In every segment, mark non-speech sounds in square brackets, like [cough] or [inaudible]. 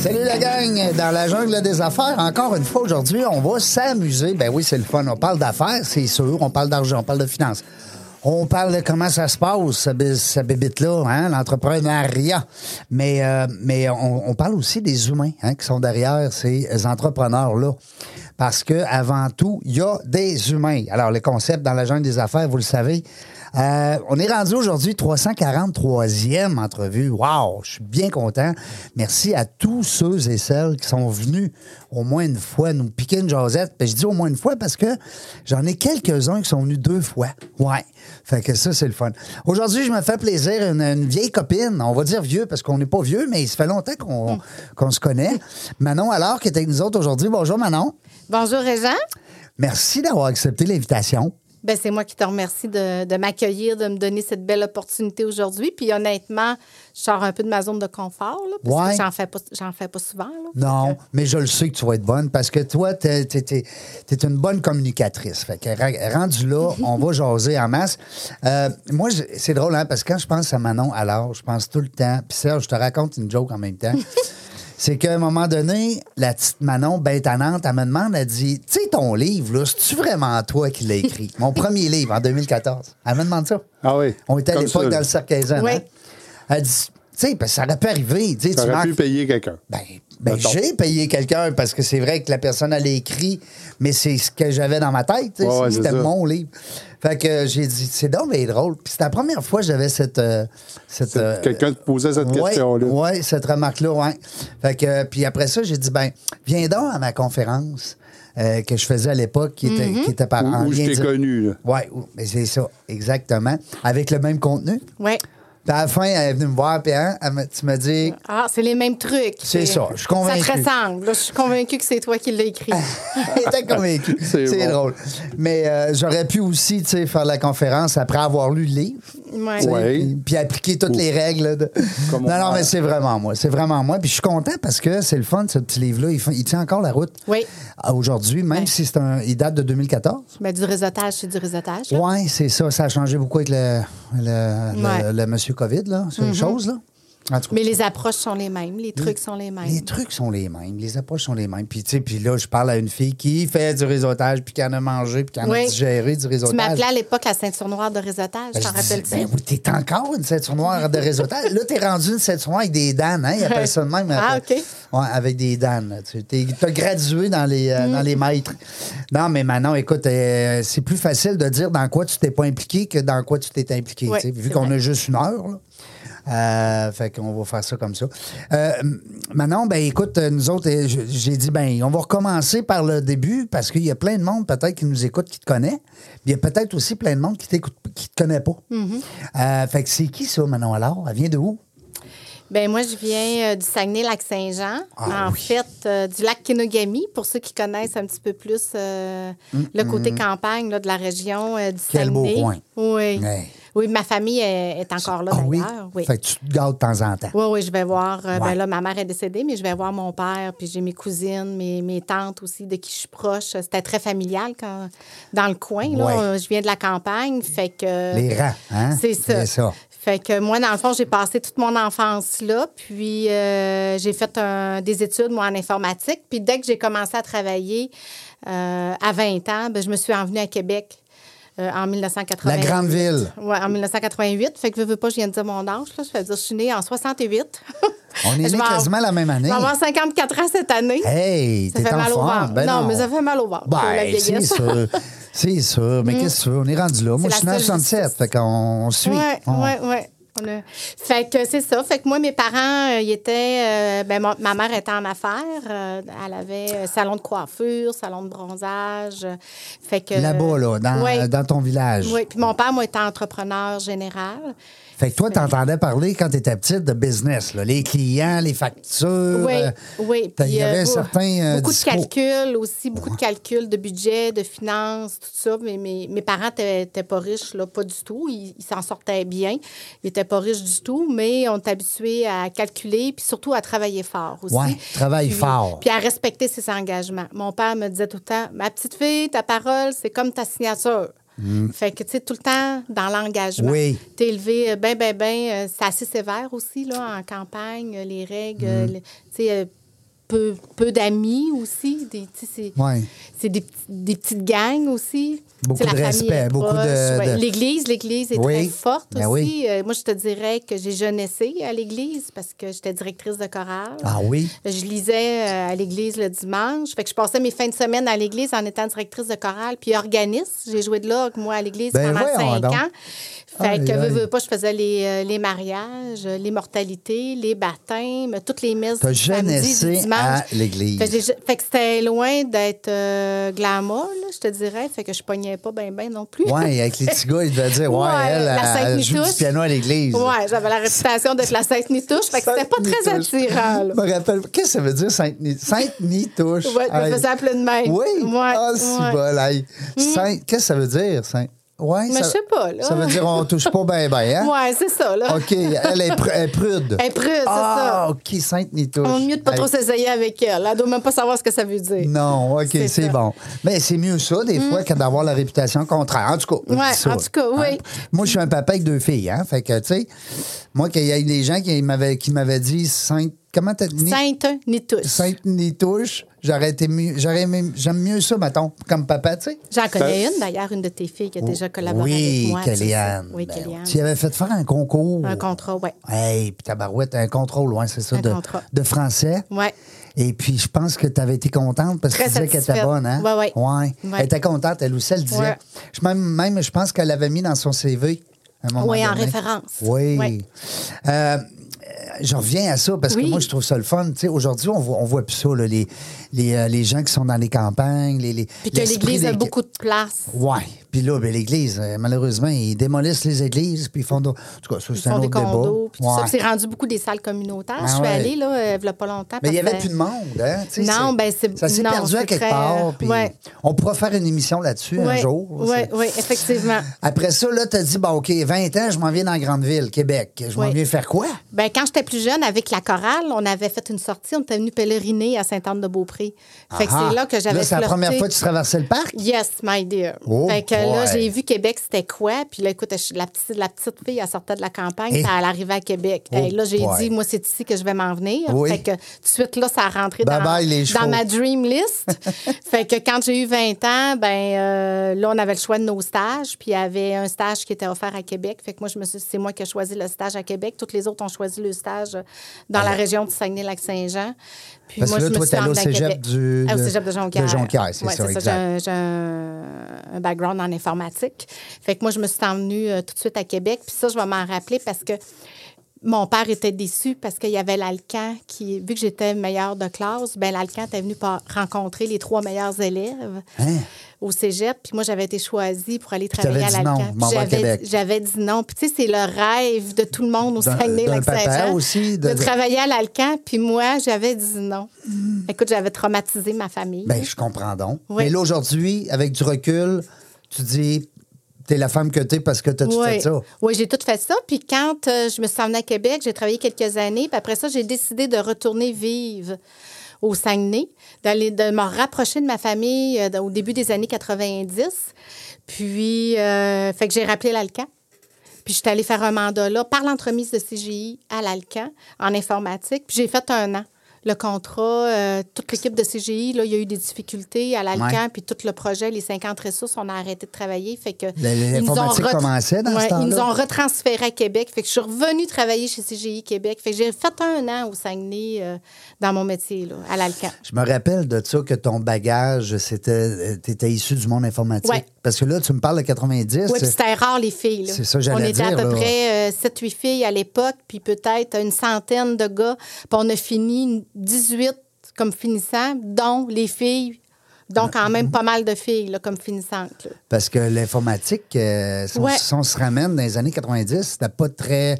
Salut la gang, dans la jungle des affaires, encore une fois aujourd'hui, on va s'amuser. Ben oui, c'est le fun, on parle d'affaires, c'est sûr, on parle d'argent, on parle de finances. On parle de comment ça se passe, sa, bé- sa bébite-là, hein, l'entrepreneuriat. Mais, euh, mais on, on parle aussi des humains hein, qui sont derrière ces entrepreneurs-là. Parce que avant tout, il y a des humains. Alors, le concept dans la jungle des affaires, vous le savez, euh, on est rendu aujourd'hui 343e entrevue. Wow, je suis bien content. Merci à tous ceux et celles qui sont venus au moins une fois nous piquer une jasette. Ben, je dis au moins une fois parce que j'en ai quelques-uns qui sont venus deux fois. Ouais. Fait que ça, c'est le fun. Aujourd'hui, je me fais plaisir une, une vieille copine. On va dire vieux parce qu'on n'est pas vieux, mais il se fait longtemps qu'on qu'on se connaît. Manon alors qui est avec nous autres aujourd'hui. Bonjour Manon. Bonjour, Réjean. Merci d'avoir accepté l'invitation. Ben, c'est moi qui te remercie de, de m'accueillir, de me donner cette belle opportunité aujourd'hui. Puis honnêtement, je sors un peu de ma zone de confort, là, parce Ouais. que j'en fais pas, j'en fais pas souvent. là. Non, mais je le sais que tu vas être bonne parce que toi, t'es t'es- t'es- t'es une bonne communicatrice. Fait que ra- rendu là, on va jaser en masse. Euh, moi, je- c'est drôle, hein, parce que quand je pense à Manon alors, je pense tout le temps. Puis Serge, je te raconte une joke en même temps. c'est qu'à un moment donné, la petite Manon, ben tannante, elle me demande, elle dit Tu sais, ton livre, là, c'est-tu vraiment toi qui l'as écrit Mon premier livre en 2014. Elle me demande ça. Ah oui. On était à Comme l'époque ça, dans le Sarkazan. Oui. hein. Elle dit Tu sais, parce que ça aurait pu arriver. tu sais, tu T'aurais manques- pu payer quelqu'un. ben, ben, Mettons. j'ai payé quelqu'un parce que c'est vrai que la personne elle a écrit, mais c'est ce que j'avais dans ma tête. tu sais, Ouais, ouais, C'était c'est ça. mon livre. Fait que euh, j'ai dit, c'est donc bien drôle. Puis c'était la première fois que j'avais cette. euh, cette euh, Quelqu'un te posait cette ouais, question-là. ouais, cette remarque-là, ouais. Fait que, euh, puis après ça, j'ai dit, ben, viens donc à ma conférence euh, que je faisais à l'époque, qui était, qui était par Où- en où je lien t'ai direct. connu, là. Ouais, où- mais c'est ça, exactement. Avec le même contenu. Ouais. Puis à la fin, elle est venue me voir, puis hein, elle me- tu me dis, Ah, c'est les mêmes trucs. C'est ça, je suis convaincu. Ça te ressemble. là. je suis convaincue que c'est toi qui [laughs] l'as écrit. Il était convaincu. [laughs] C'est C'est bon. drôle. Mais euh, j'aurais pu aussi tu sais, faire la conférence après avoir lu le livre. Ouais. tu sais, Ouais. Puis, puis appliquer toutes les règles. de- Comme on non, non, fait. mais c'est vraiment moi. C'est vraiment moi. Puis je suis content parce que c'est le fun, ce petit livre-là. Il, fait- il tient encore la route. Oui. À Aujourd'hui, même Ouais. si c'est un, il date de 2014. Ben, du réseautage, c'est du réseautage. là. Oui, c'est ça. Ça a changé beaucoup avec le, le, le- Ouais. Mm-hmm. le monsieur COVID, là. C'est une chose, là. En tout cas, Mais les approches sont les mêmes, les trucs sont les mêmes. les trucs sont les mêmes, les approches sont les mêmes. Puis, tu sais, puis là, je parle à une fille qui fait du réseautage, puis qui en a mangé, puis qui en a Oui. digéré du Tu réseautage. m'appelais à l'époque la ceinture noire de réseautage, Ben, t'en je dis, rappelles-tu? ben oui, t'es encore une ceinture noire de réseautage. Là, t'es rendu une ceinture noire avec des dames, hein? Il appelle ça de même. Ah, Après- OK. Ouais, avec des dames. là. Tu t'es- t'as gradué dans les, euh, dans les maîtres. Non, mais Manon, écoute, euh, c'est plus facile de dire dans quoi tu t'es pas impliqué que dans quoi tu t'es impliqué. Ouais, tu sais, vu c'est qu'on vrai. a juste une heure, là. Euh, fait qu'on va faire ça comme ça. Euh, Manon, ben écoute, euh, nous autres, euh, j- j'ai dit, ben, on va recommencer par le début parce qu'il y a plein de monde peut-être qui nous écoute, qui te connaît. Puis Il y a peut-être aussi plein de monde qui t'écoute, qui te connaît pas. Mm-hmm. Euh, fait que c'est qui ça, Manon alors? Elle vient de où? Ben moi, je viens euh, du Saguenay-Lac-Saint-Jean. Ah, en oui. fait, euh, du lac Kenogami, pour ceux qui connaissent un petit peu plus euh, le côté campagne là, de la région euh, du Mm-hmm. Quel beau Saguenay. coin. Oui. Ouais. Oui, ma famille est, est encore là, ah oui? d'ailleurs. Oui. Fait que tu te gardes de temps en temps. Oui, oui, je vais voir. euh, Ouais. Ben là, ma mère est décédée, mais je vais voir mon père, puis j'ai mes cousines, mes, mes tantes aussi, de qui je suis proche. C'était très familial quand, dans le coin. Là, Ouais. On- Je viens de la campagne, fait que... Les rangs, hein? C'est ça. C'est ça. Fait que moi, dans le fond, j'ai passé toute mon enfance là, puis euh, j'ai fait un- des études, moi, en informatique. Puis dès que j'ai commencé à travailler euh, à 20 ans, ben, je me suis envenue à Québec euh, en 1988. La grande ville. Oui, en 1988. Fait que je veux pas, je viens de dire mon âge. Là. Je vais dire, je suis née en 68. On est [laughs] Je nés vais avoir- quasiment la même année. Je vais avoir 54 ans cette année. Hey, ça t'es fait en mal au forme. ventre. Ben non, mais ça fait mal au ventre. la Ben, vieillesse. Mm. c'est sûr. [laughs] C'est sûr. Mais qu'est-ce que tu veux? On est rendu là. Moi, je C'est suis né la en seule 67. Fait qu'on on suit. Oui, On- oui, oui. On a- Fait que c'est ça. Fait que moi, mes parents, euh, ils étaient. euh, ben, mon- ma mère était en affaires. Euh, elle avait euh, salon de coiffure, salon de bronzage. euh, Fait que. Là-bas, là, dans, Oui. dans ton village. euh, Oui. Puis mon père, moi, était entrepreneur général. Fait que toi, t'entendais parler quand t'étais petite de business, là, les clients, les factures. Oui, euh, oui. t'as- Il y puis, euh, avait beau- certains. euh, Beaucoup discours. de calculs aussi, beaucoup de calculs de budget, de finances, tout ça. Mais mes, mes parents n'étaient pas riches, là, pas du tout. Ils ils s'en sortaient bien. Ils n'étaient pas riches du tout, mais on est habitué à calculer, puis surtout à travailler fort aussi. Ouais, travaille Puis- fort. Puis à respecter ses engagements. Mon père me disait tout le temps Ma petite fille, ta parole, c'est comme ta signature. Fait que, tu sais, tout le temps dans l'engagement. Mm. Oui. T'es élevé euh, ben, ben, ben. euh, C'est assez sévère aussi, là, en campagne, euh, les règles. euh, Mm. le- Tu sais, euh, peu, peu d'amis aussi. Des, tu sais, c'est Ouais. c'est des, petits- des petites gangs aussi. Beaucoup Tu sais, de la famille respect, est beaucoup de- proche, ouais. de- L'Église, l'Église est Oui, très forte ben aussi. oui. Euh, moi, je te dirais que j'ai jeunessé à l'Église parce que j'étais directrice de chorale. Ah oui? Je lisais euh, à l'église le dimanche. Fait que je passais mes fins de semaine à l'église en étant directrice de chorale puis organiste. J'ai joué de l'orgue, moi, à l'église Ben pendant voyons cinq donc. ans. Fait Aïe, que, aïe. veux, veux pas, je faisais les, euh, les mariages, euh, les mortalités, les baptêmes, toutes les messes T'as du samedi, du jeunessé à dimanche. l'église. Fait que, j'ai- fait que c'était loin d'être euh, glamour, là, je te dirais. Fait que je pognais pas ben ben non plus. Ouais, [laughs] avec les petits gars, ils devaient dire, ouais, Ouais, elle, la elle, Sainte elle joue du Nitouche. piano à l'église. Ouais, j'avais la réputation d'être la sainte nitouche, fait que c'était pas très attirant. là. Je me rappelle, qu'est-ce que ça veut dire, Sainte-Nitouche? Sainte-Nitouche. Ouais, je me Aïe. faisais appeler de même. Oui? Ouais, ah, c'est ouais. bon, aïe. Sainte- Qu'est-ce que ça veut dire, Sainte? Ouais, Mais ça- je sais pas, là. Ça veut dire, on touche pas ben ben, hein? Ouais, c'est ça, là. OK, elle est, pr- elle est prude. Elle est prude, c'est ah, OK, Sainte-Nitouche. On mieux de pas Aïe. trop s'essayer avec elle. Elle doit même pas savoir ce que ça veut dire. Non, OK, C'est c'est ça. Mhm. bon. Mais c'est mieux ça, des fois, que d'avoir la réputation contraire. En tout cas, je Ouais, dis ça, Hein? en tout cas, oui. Moi, je suis un papa avec deux filles, hein. Fait que, tu sais, moi, qu'il y a eu des gens qui m'avaient, qui m'avaient dit Sainte. Comment t'as dit Sainte Nitouche. Sainte Nitouche, j'aurais été mieux. J'aurais aimé, j'aime mieux ça, mettons, comme papa, tu sais. J'en connais une, d'ailleurs, une de tes filles qui a déjà collaboré oui, avec moi. tu sais ça. Kellyanne. Oui, Ben, Kellyanne. Tu y avais fait faire un concours. Un contrat, oui. Hey, puis tabarouette, un contrôle, loin, c'est ça, Un de, contrat. de français. Ouais. Et puis, je pense que tu avais été contente parce que tu Très disais qu'elle était satisfaite. bonne, hein? Ouais, ouais. Ouais. Ouais. Elle était contente, elle aussi, elle disait. Ouais. Je- même, même, je pense qu'elle l'avait mis dans son CV. à un moment Oui, en donné. référence. Oui. Ouais. Euh, je reviens à ça parce que Oui. moi, je trouve ça le fun. Tu sais, Aujourd'hui, on voit, on voit plus ça, là, les, les, euh, les gens qui sont dans les campagnes. Les, les, Puis que l'esprit l'Église a des- beaucoup de place. oui. Puis là, ben, l'Église, euh, malheureusement, ils démolissent les églises, puis ils font. d'autres- En tout cas, ça, Ils c'est un font des autre débat. condos. Puis tout ça. Ouais. Puis C'est rendu beaucoup des salles communautaires. Ah, je suis ouais. allée, là, euh, il y a pas longtemps. Mais il n'y parce avait que- plus de monde, hein? tu sais, Non, ben, c'est- Ça s'est non, perdu à c'est quelque très- euh, part. puis ouais. On pourra faire une émission là-dessus un Ouais, jour. là, ouais, c'est- oui, effectivement. Après ça, là, t'as dit, bon, OK, 20 ans, je m'en viens dans la grande ville, Québec. Je m'en Ouais. viens faire quoi? Ben, quand j'étais plus jeune, avec la chorale, on avait fait une sortie. On était venu pèleriner à Sainte-Anne-de-Beaupré. Fait que Ah, c'est là que j'avais Là, c'est la flirté. première fois que tu traversais le parc? Yes, my dear. Oh fait que là, boy. j'ai vu Québec, c'était quoi. Puis là, écoute, je- la petite, la petite fille, elle sortait de la campagne, Eh. puis elle arrivait à Québec. Oh Hey, là, j'ai boy. dit, moi, c'est ici que je vais m'en venir. Oui. Fait que tout de suite, là, ça a rentré Bye dans, bye, les dans chevaux. ma dream list. [laughs] fait que quand j'ai eu 20 ans, ben euh, là, on avait le choix de nos stages. Puis il y avait un stage qui était offert à Québec. Fait que moi, je me suis dit, c'est moi qui ai choisi le stage à Québec. Toutes les autres ont choisi le stage dans la région du Saguenay-Lac-Saint-Jean. Puis Ben, Parce moi, que là, je me toi, suis t'es allé au rendue à cégep Québec. du- Ah, au de- cégep de Jonquière. de Jonquière, c'est Ouais, ça, J'ai exact. un- euh, j'ai un, un background en informatique. Fait que moi, je me suis emmenée euh, tout de suite à Québec. Puis ça, je vais m'en rappeler parce que mon père était déçu parce qu'il y avait l'Alcan qui, vu que j'étais meilleure de classe, ben l'Alcan était venu par- rencontrer les trois meilleurs élèves Hein? au cégep. Puis moi, j'avais été choisie pour aller t'avais travailler à dit non, l'Alcan. m'en Puis vais à Québec. J'avais j'avais dit non. Puis tu sais, c'est le rêve de tout le monde au D'un- d'un papa Saguenay-Lac-Saint-Jean. aussi, de- de travailler à l'Alcan. Puis moi, j'avais dit non. Écoute, j'avais traumatisé ma famille. Hmm. Ben, je comprends donc. Oui. Mais là, aujourd'hui, avec du recul, tu dis, t'es la femme que t'es parce que t'as tout oui. fait ça. Oui, j'ai tout fait ça. Puis quand euh, je me suis emmenée à Québec, j'ai travaillé quelques années. Puis après ça, j'ai décidé de retourner vivre au Saguenay, d'aller de me rapprocher de ma famille euh, au début des années 90. Puis, euh, fait que j'ai rappelé l'Alcan. Puis j'étais allée faire un mandat là par l'entremise de CGI à l'Alcan en informatique. Puis j'ai fait un an. le contrat, euh, toute l'équipe de CGI, là, il y a eu des difficultés à l'Alcan, Ouais. puis tout le projet, les 50 ressources, on a arrêté de travailler. Fait que ils nous ont L'informatique ret- commençait dans Ouais, ce temps-là. Ils nous ont retransféré à Québec. Fait que je suis revenue travailler chez CGI Québec. Fait que j'ai fait un an au Saguenay euh, dans mon métier, là, à l'Alcan. Je me rappelle de ça que ton bagage, c'était, euh, t'étais issu du monde informatique. Ouais. Parce que là, tu me parles de euh, 90. Oui, puis c'était rare, les filles. là. C'est ça que j'allais On était à dire, peu là. près 7-8 filles à l'époque, puis peut-être une centaine de gars. Puis on a fini 18 comme finissants, dont les filles, dont quand même pas mal de filles là, comme finissantes. là. parce que l'informatique, euh, si, on- Ouais. si on, se ramène dans les années 90, c'était pas très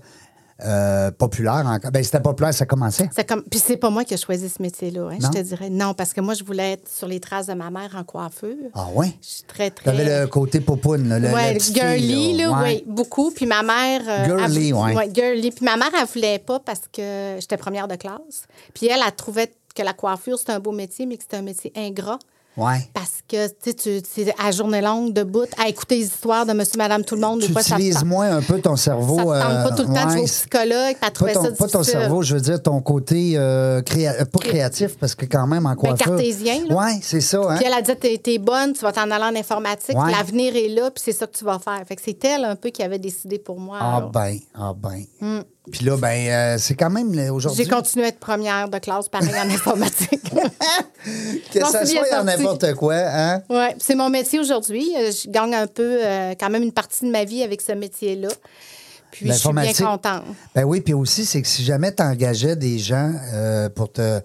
euh, populaire encore. Ben, c'était populaire, ça commençait. C'est comme... Puis c'est pas moi qui ai choisi ce métier-là, hein, je Non? te dirais. Non, parce que moi, je voulais être sur les traces de ma mère en coiffure. Ah ouais? Je suis très, très... T'avais le côté popoune, là, le, Ouais, la petite fille, girly, là, Ouais. oui, beaucoup. Puis ma mère. euh, Girly, elle- ouais. girly. Puis ma mère, elle voulait pas parce que j'étais première de classe. Puis elle, elle trouvait que la coiffure, c'était un beau métier, mais que c'était un métier ingrat. Ouais. Parce que, tu sais, tu- c'est à journée longue, debout, à écouter les histoires de monsieur, madame, tout le monde. Tu des fois, ça te utilises tente- moins un peu ton cerveau. Ça te tente pas euh, tout le temps, tu vas ouais, au c'est- psychologue, puis elle pas trouvait ton, ça pas ton difficile. cerveau, je veux dire ton côté euh, créa- euh, pas créatif, parce que quand même en coiffure. Ben, cartésien, là. Oui, c'est ça. Hein? Puis elle a dit, t'es, t'es bonne, tu vas t'en aller en informatique, Ouais. l'avenir est là, puis c'est ça que tu vas faire. Fait que c'est elle un peu qui avait décidé pour moi. Ah alors. ben, ah ben. Puis là, ben, euh, c'est quand même là, aujourd'hui. Hmm. J'ai continué à être première de classe, pareil, en [laughs] informatique. [laughs] Que J'en ça suis bien soit dans sortie. n'importe quoi, hein? Oui, c'est mon métier aujourd'hui. Euh, Je gagne un peu, euh, quand même, une partie de ma vie avec ce métier-là. Puis je suis bien L'informatique. contente. Ben oui, puis aussi, c'est que si jamais tu engageais des gens euh, pour te,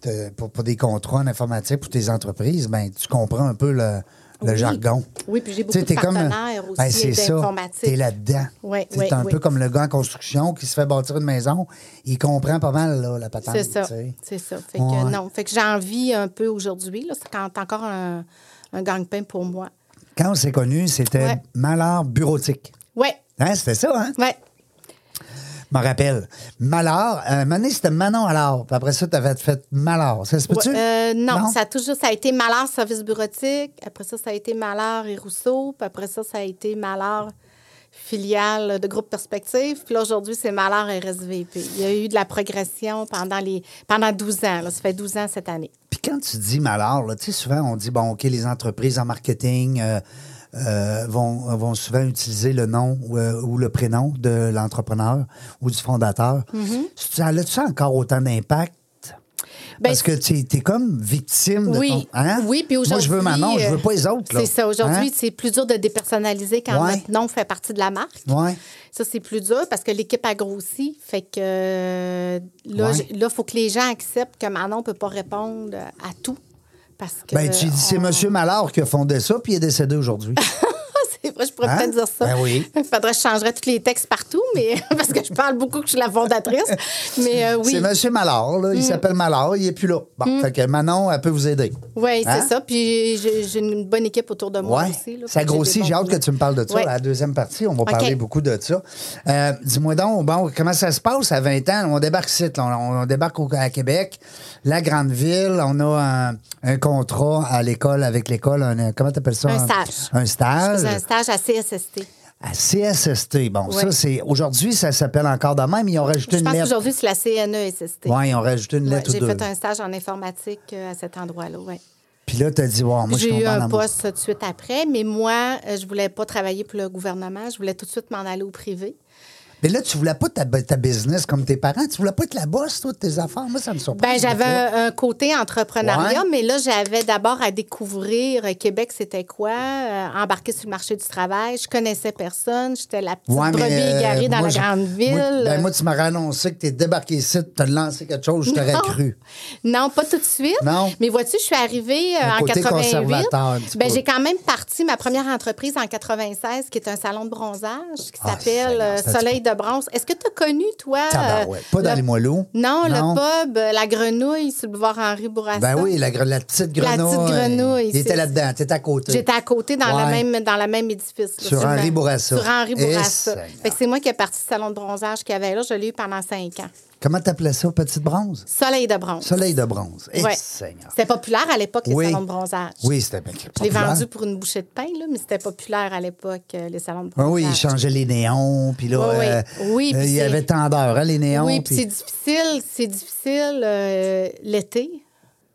te- pour, pour des contrats en informatique pour tes entreprises, ben tu comprends un peu le, le Oui. jargon. Oui, puis j'ai Tu sais, beaucoup t'es de partenaires ben, aussi c'est ça. d'informatique. T'es là-dedans. Ouais, T'es ouais, un ouais. peu comme le gars en construction qui se fait bâtir une maison. Il comprend pas mal là, la patente. C'est ça. tu sais. C'est ça. Fait que Ouais. non. Fait que j'en vis un peu aujourd'hui. là. C'est quand encore un, un gagne-pain pour moi. Quand on s'est connus, c'était Ouais. malheur bureautique. Oui, Hein, c'était ça, hein? oui. Je me rappelle. Malheur. Euh, Mané, c'était Manon alors. Puis après ça, tu avais fait Malheur. Ça se peut-tu? Euh, non, ça a toujours ça a été Malheur Service bureautique. Après ça, ça a été Malheur et Rousseau. Puis après ça, ça a été Malheur filiale de groupe Perspective. Puis là, aujourd'hui, c'est Malheur RSVP. Il y a eu de la progression pendant, les, pendant 12 ans. là. Ça fait 12 ans cette année. Puis quand tu dis Malheur, là, tu sais, souvent, on dit, bon, OK, les entreprises en marketing euh, euh, vont, vont souvent utiliser le nom ou, euh, ou le prénom de l'entrepreneur ou du fondateur. Mhm. Ça a-tu encore autant d'impact? Ben, Parce que tu es comme victime de Oui, ton... hein? oui, puis Moi, aujourd'hui. je veux Manon, je veux pas les euh, autres. là. C'est ça. Aujourd'hui, Hein? c'est plus dur de dépersonnaliser quand Ouais. notre nom fait partie de la marque. Hein? Ouais. Ça, c'est plus dur parce que l'équipe a grossi. Fait que euh, là, Ouais. il faut que les gens acceptent que Manon ne peut pas répondre à tout. Parce que. Ben, tu dis, c'est on- Monsieur Malheur qui a fondé ça, puis il est décédé aujourd'hui. Ah, c'est vrai, je pourrais Hein? peut-être dire ça. Ben oui. Il faudrait que je changerais tous les textes partout, mais [laughs] parce que je parle beaucoup que je suis la fondatrice. mais euh, oui. Mm. C'est Monsieur Malheur, là. Il s'appelle Malheur, il n'est plus là. Bon, fait que Manon, elle peut vous aider. Oui, Hein? c'est ça. Puis j'ai j'ai une bonne équipe autour de moi Ouais. aussi. là. ça Fait que j'ai grossit. des J'ai bons hâte que tu me parles de ça. Ouais. La deuxième partie, on va parler beaucoup de ça. Euh, Dis-moi donc, bon, comment ça se passe à 20 ans? On débarque ici, là. on, on débarque au, à Québec, la grande ville. On a un, un contrat à l'école avec l'école. un- un- Comment tu appelles ça? Un stage. Un Je stage. faisais un stage à CSST. À CSST. Bon, Ouais. ça, c'est. Aujourd'hui, ça s'appelle encore de même. Ils ont rajouté Je une pense lettre. qu'aujourd'hui, c'est la E CNESST. Oui, ils ont rajouté une Ouais, lettre j'ai ou deux. fait un stage en informatique euh, à cet endroit-là. Ouais. Puis là, t'as dit, wow, moi, je J'ai tombe eu en un amour. poste tout de suite après, mais moi, euh, je voulais pas travailler pour le gouvernement. Je voulais tout de suite m'en aller au privé. Mais là, tu voulais pas ta, ta business comme tes parents. Tu voulais pas être la bosse, toi, de tes affaires. Moi, ça me surprend. Ben, j'avais un, un côté entrepreneuriat, Ouais. mais là, j'avais d'abord à découvrir euh, Québec, c'était quoi, euh, embarquer sur le marché du travail. Je connaissais personne. J'étais la petite Ouais, mais, brebis euh, égarée dans moi, la je- grande ville. Moi, ben, moi, tu m'aurais annoncé que t'es débarqué ici, t'as lancé quelque chose, je t'aurais Non. cru. Non, pas tout de suite. Non. Mais vois-tu, je suis arrivée euh, Un en côté 88. conservateur, un petit Ben, peu. j'ai quand même parti ma première entreprise en 96, qui est un salon de bronzage qui Ah, s'appelle Seigneur, euh, c'est un Soleil de bronze. Est-ce que tu as connu, toi? Tabarouette. euh, Pas dans le- les moelleux. Non, Non. le pub, euh, la grenouille sur le boulevard Henri Bourassa. Ben oui, la, gre- la petite grenouille. grenouille, Il était c'est- là-dedans, t'étais à côté. J'étais à côté dans, le Ouais. même, dans le même édifice. là, Sur le Henri même- Bourassa. Sur Henri Eh, Bourassa. Seigneur. Fait que c'est moi qui ai parti du salon de bronzage qu'il y avait là. Je l'ai eu pendant cinq ans. Comment t'appelais ça, Petite Bronze? Soleil de bronze. Soleil de bronze. Eh, Ouais. Seigneur. C'était populaire à l'époque, Oui. les salons de bronzage. Oui, c'était bien. Je l'ai populaire. vendu pour une bouchée de pain, là, mais c'était populaire à l'époque, euh, les salons de Ah bronzage. oui, ils changeaient les néons, puis là, Oui, oui. euh, Oui, euh, puis il y c'est- avait tendeur, hein, les néons. Oui, puis puis- c'est difficile, c'est difficile euh, l'été.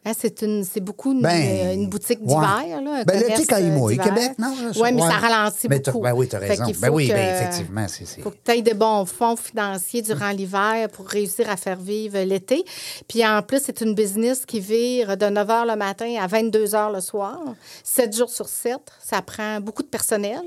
Hein, c'est une, c'est beaucoup une, Ben, euh, une boutique ouais. d'hiver. là, un Ben, l'été, commerce, quand il euh, mouille, d'hiver. Québec, non? je- Oui, mais ouais. ça ralentit Mais t'as- beaucoup. Ben oui, t'as raison. Fait qu'il Ben faut oui, ben que- effectivement, c'est... Mm. c'est- faut que tu aies de bons fonds financiers durant l'hiver pour réussir à faire vivre l'été. Puis en plus, c'est une business qui vire de 9 h le matin à 22 h le soir, 7 jours sur 7. Ça prend beaucoup de personnel,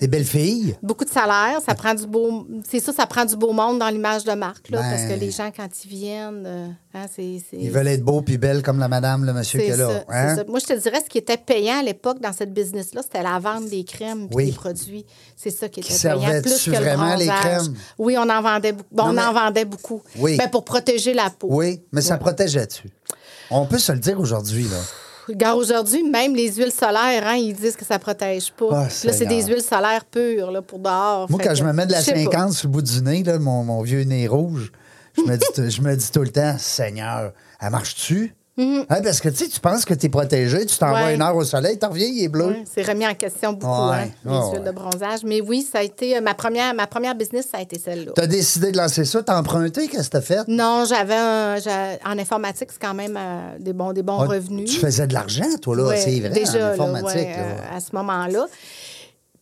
Des belles filles. beaucoup de salaire. Ah. Ça prend du beau. C'est ça, ça prend du beau monde dans l'image de marque, là, Ben. parce que les gens, quand ils viennent, euh, hein, c'est. c'est- Ils veulent être beaux puis belles comme la madame, le monsieur qui c'est est là. ça, hein? c'est ça. Moi, je te dirais, ce qui était payant à l'époque dans cette business-là, c'était la vente des crèmes et Oui. des produits. C'est ça qui était Qui payant. servait-tu Plus que le vraiment, les bronzage. crèmes? Oui, on en vendait beaucoup. Bon, Non, mais- on en vendait beaucoup. Oui. Ben, pour protéger la peau. Oui, mais ça protégeait-tu? On peut se le dire aujourd'hui, là. Regarde, aujourd'hui, même les huiles solaires, hein, ils disent que ça protège pas. Ah, là, c'est Seigneur. des huiles solaires pures là, pour dehors. Moi, Fait quand que, je me mets de la je sais pas. 50 sur le bout du nez, là, mon, mon vieux nez rouge, je me dis, tout- je me dis tout le temps, Seigneur, elle marche-tu? Hein, parce que tu sais, tu penses que tu es protégé, tu t'en vas Mm-hmm. Ouais. une heure au soleil, t'en reviens, il est bleu. Ouais, c'est remis en question beaucoup, Ah Ouais, hein, les ouais, huiles ouais. de bronzage. Mais oui, ça a été euh, ma première, ma première business, ça a été celle-là. T'as décidé de lancer ça, t'as emprunté, qu'est-ce que t'as fait? Non, j'avais un- j'a- en informatique, c'est quand même euh, des bons, des bons Ah, revenus. Tu faisais de l'argent, toi, là, Ouais, c'est vrai, déjà, en là, informatique. ouais, là. euh, à ce moment-là.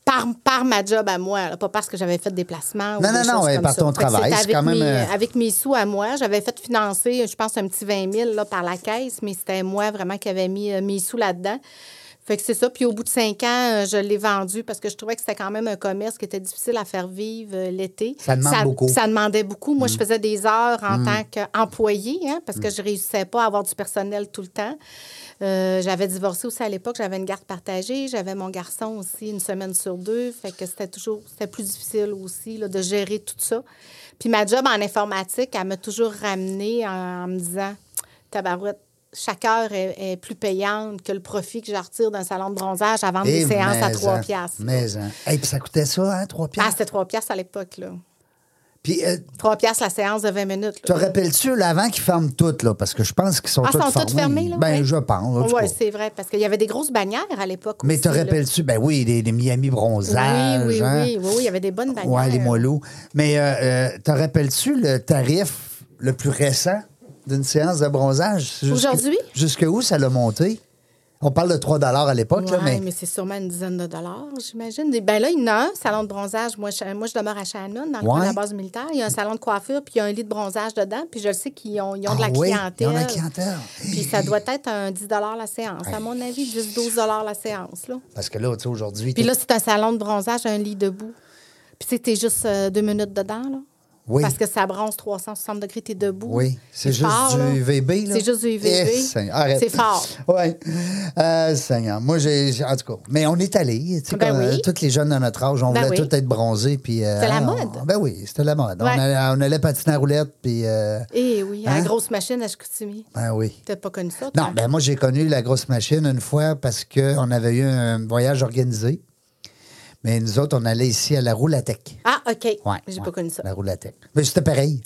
Par, par ma job à moi, là, pas parce que j'avais fait des placements. Non, ou des non, non, choses ouais, comme par ça. ton Fait que travail, c'était c'est Avec, quand même, mes, euh, avec mes sous à moi, j'avais fait financer, je pense, un petit 20 000 là, par la caisse, mais c'était moi vraiment qui avait mis euh, mes sous là-dedans. Fait que c'est ça. Puis au bout de cinq ans, euh, je l'ai vendu parce que je trouvais que c'était quand même un commerce qui était difficile à faire vivre euh, l'été. Ça demande beaucoup. Ça demandait beaucoup. Mm. Moi, je faisais des heures en tant qu'employée hein, parce que je réussissais pas à avoir du personnel tout le temps. Euh, j'avais divorcé aussi à l'époque. J'avais une garde partagée. J'avais mon garçon aussi une semaine sur deux. Fait que c'était toujours c'était plus difficile aussi là, de gérer tout ça. Puis ma job en informatique, elle m'a toujours ramenée en, en me disant Tabarouette, chaque heure est, est plus payante que le profit que je retire d'un salon de bronzage à vendre Et des séances à mais, 3 hein, piastres. Mais, hein. Hey, puis ça coûtait ça, hein, 3 Ah, piastres? c'était 3 piastres à l'époque. là. Puis, euh, 3 piastres la séance de 20 minutes. là. te rappelles-tu, là, avant qu'ils ferment toutes, là, parce que je pense qu'ils sont Ah, toutes sont fermées. toutes fermées, là? Ben, oui. je pense. en tout Oui, cas. c'est vrai, parce qu'il y avait des grosses bannières à l'époque. Mais aussi, te là. rappelles-tu, ben oui, les, les Miami bronzage. Oui, oui, hein? oui, oui, oui, il y avait des bonnes bannières. Ouais, les moelleux. Mais euh, euh, te rappelles-tu le tarif le plus récent d'une séance de bronzage? Jusque- Aujourd'hui? Jusqu'où ça l'a monté? On parle de 3 à l'époque, là, Ouais, mais, mais c'est sûrement une dizaine de dollars, j'imagine. Des- Ben là, il y en a un salon de bronzage. Moi, je, moi, je demeure à Shannon, dans le coin de Ouais. la base militaire. Il y a un salon de coiffure, puis il y a un lit de bronzage dedans. Puis je le sais qu'ils ont, ils ont de la Ah oui, clientèle. ils ont de la clientèle. Puis ça doit être un 10 la séance. À mon avis, 10-12 la séance. Là. parce que là, tu sais, aujourd'hui. Puis tout- là, c'est un salon de bronzage, un lit debout. Puis tu sais, t'es juste euh, deux minutes dedans, là. Oui. Parce que ça bronze 360 degrés, t'es debout. Oui, c'est T'es juste fort, là. du UVB. là. C'est juste du UVB. Eh, Seigneur, arrête. [laughs] C'est fort. Oui. Euh, Seigneur, moi, j'ai. j'ai- En tout cas, mais on est allés. Tu sais, Ben comme, euh, oui. Toutes les jeunes de notre âge, on Ben voulait oui. tous être bronzés. puis, euh, C'était la hein, on- mode. ben oui, c'était la mode. On, Ouais. allait, on allait patiner à roulette, puis. euh, Eh oui, Hein? la grosse machine à Chicoutimi. ben oui. T'as pas connu ça, toi? Non, ben moi, j'ai connu la grosse machine une fois parce qu'on avait eu un voyage organisé. Mais nous autres, on allait ici à la Roulatec. Ah, OK. Ouais, J'ai ouais, Ben, pas connu ça. La roulatec. Mais c'était pareil.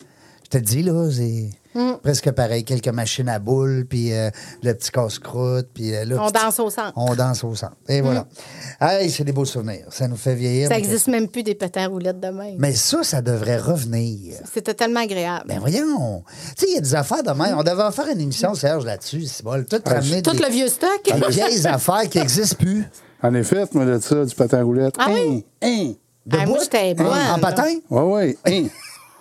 Je te dis, là, c'est Mm. presque pareil. Quelques machines à boules, puis euh, le petit casse-croûte, puis euh, là. On petit- danse au centre. Mm. On danse au centre. Et voilà. Hey, c'est des beaux souvenirs. Ça nous fait vieillir. Ça mais- existe même plus des patins roulettes de même. Mais ça, ça devrait revenir. C'était tellement agréable. Ben voyons. Tu sais, il y a des affaires de même. On devait en faire une émission, Serge, là-dessus. C'est bon. Ah, Tout ramener Mm. Tout des, Ah, le vieux stock. des vieilles affaires qui n'existent plus. En effet, moi, de ça, du patin à roulette. Ah oui? Hein, De Ah, moi, bout, j'étais bonne, hein, En là. patin? hein. Ouais, ouais, hein.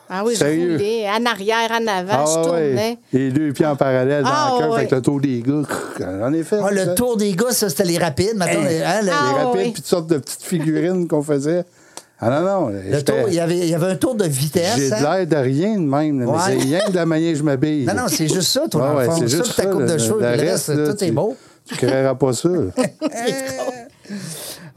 Ah oui, je Sérieux? Ah roulais en arrière, en avant, je tournais. Les deux pieds en parallèle dans Ah, le cœur, ouais. fait que le tour des gars. crrr, En effet. Ah, le ça. tour des gars, ça, c'était les rapides. Maintenant, Hey. les- hein, le- Les Ah, rapides, ouais. puis toutes sortes de petites figurines qu'on faisait. Ah non, non. le tour, il y, avait, il y avait un tour de vitesse. J'ai de hein. l'air de rien de même, là, Ouais. mais c'est rien que de la manière que je m'habille. Ah, Non, non, c'est juste ça, ton Ouais, ouais, enfant. c'est ça, juste puis ta coupe le- de cheveux, le puis le reste, reste, là, tout est tu- beau. Tu créeras pas ça. là.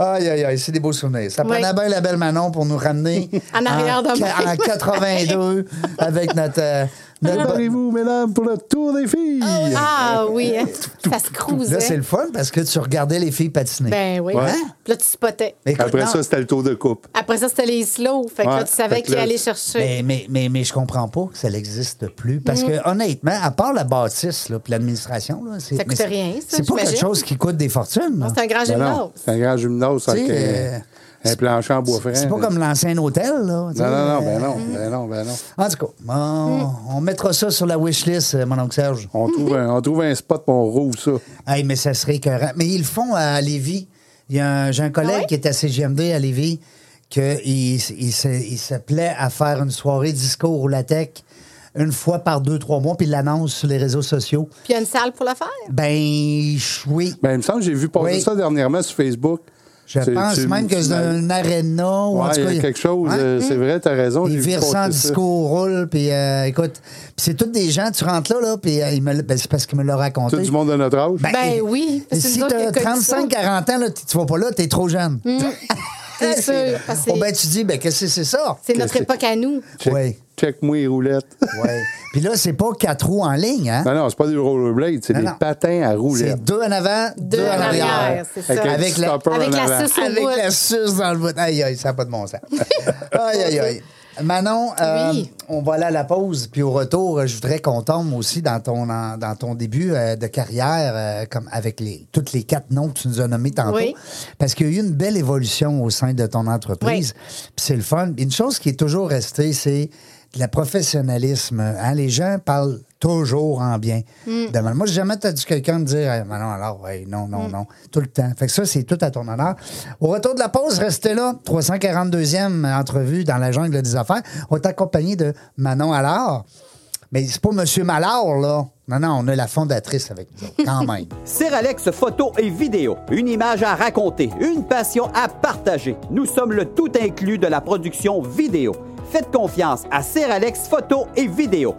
Aïe, aïe, aïe, c'est des beaux souvenirs. Ça Oui. prenait bien [laughs] la belle Manon pour nous ramener En arrière de en, [laughs] moi. en 82 avec notre, euh, Bah, Notre- Préparez-vous, mesdames, pour le tour des filles. Ah oui, Euh, ça se Là, c'est cruisait. le fun parce que tu regardais les filles patiner. hein. Hein? Ben oui. Ouais. Puis là, tu spotais. Mais écoute, Après non, ça, c'était le tour de coupe. Après ça, c'était les slow. Fait que Ouais. là, tu savais Fait que qui là, allait chercher. mais, mais, mais, mais je comprends pas que ça n'existe plus. Parce Mm. que honnêtement, à part la bâtisse là, puis l'administration, là, c'est, Ça coûte mais c'est- rien, ça, C'est pas quelque j'imagine. chose qui coûte des fortunes. là. C'est un grand Ben non, gymnase. c'est un grand gymnase avec Ah, Tu sais, un- euh, un, plancher en bois C'est- frein. C'est pas là. comme l'ancien hôtel, là. tu sais, Non, non, euh, non, ben non, ben non, ben non. En tout cas, on, Mm. on mettra ça sur la wishlist, euh, mon oncle Serge. On trouve, un, on trouve un spot pour on rouvre ça. Hey, mais ça serait écœurant. Mais ils le font à Lévis. Il y a un- J'ai un collègue Ah ouais? qui est à CGMD à Lévis, qu'il il, s- il se, il se plaît à faire une soirée discours au LaTeX une fois par deux, trois mois, puis il l'annonce sur les réseaux sociaux. Puis il y a une salle pour le faire. Ben, je- oui. Ben, il me semble que j'ai vu passer Oui. ça dernièrement sur Facebook. Je Tu- pense tu- même que c'est un aréna ou en Ouais, tout il cas. y a quelque chose, Ouais. euh, c'est vrai, t'as raison. Ils j'ai vu virent ça en passer ça. discours, roule, puis euh, écoute. Puis c'est tous des gens, tu rentres là, là, puis euh, ils me le- ben, c'est parce qu'ils me l'ont raconté. Tout du monde de notre âge. Ben, Ben et- oui, parce que Hum. Si nous autres, t'as on a connu 35, 40 ans, là, t- tu vas pas là, t'es trop jeune. C'est sûr. parce que Eh, Oh, ben, tu dis, ben, qu'est-ce que c'est ça? C'est notre c'est- époque à nous. check, ouais. moi les roulettes. [laughs] Ouais. Puis là, c'est pas quatre roues en ligne, hein? non, non, c'est pas du rollerblade, c'est Non, des non. patins à roulettes. C'est deux en avant, deux, en arrière. c'est Avec ça. un Avec petit la- stopper avec en la avant. sauce. Avec bout. la suce dans le bout. Aïe, aïe, ça n'a pas de bon [laughs] sens. aïe, aïe, aïe. Manon, euh, Oui. on va aller à la pause, puis au retour, euh, je voudrais qu'on tombe aussi dans ton, en- dans ton début euh, de carrière, euh, comme avec les, toutes les quatre noms que tu nous as nommés tantôt, Oui. parce qu'il y a eu une belle évolution au sein de ton entreprise, puis c'est le fun. Une chose qui est toujours restée, c'est le professionnalisme. hein. Les gens parlent toujours en bien. De Manon. Moi, j'ai jamais entendu quelqu'un me dire Hey, Manon, alors, hey, non, non, non, tout le temps. Fait que ça, c'est tout à ton honneur. Au retour de la pause, restez là. 342e entrevue dans la jungle des affaires. On est accompagné de Manon Allard. Mais c'est pas Monsieur Mallard, là. Non, non, on a la fondatrice avec nous, autres, quand même. Sir Alex Photo et Vidéo. Une image à raconter, une passion à partager. Nous sommes le tout inclus de la production vidéo. Faites confiance à Sir Alex Photo et Vidéo.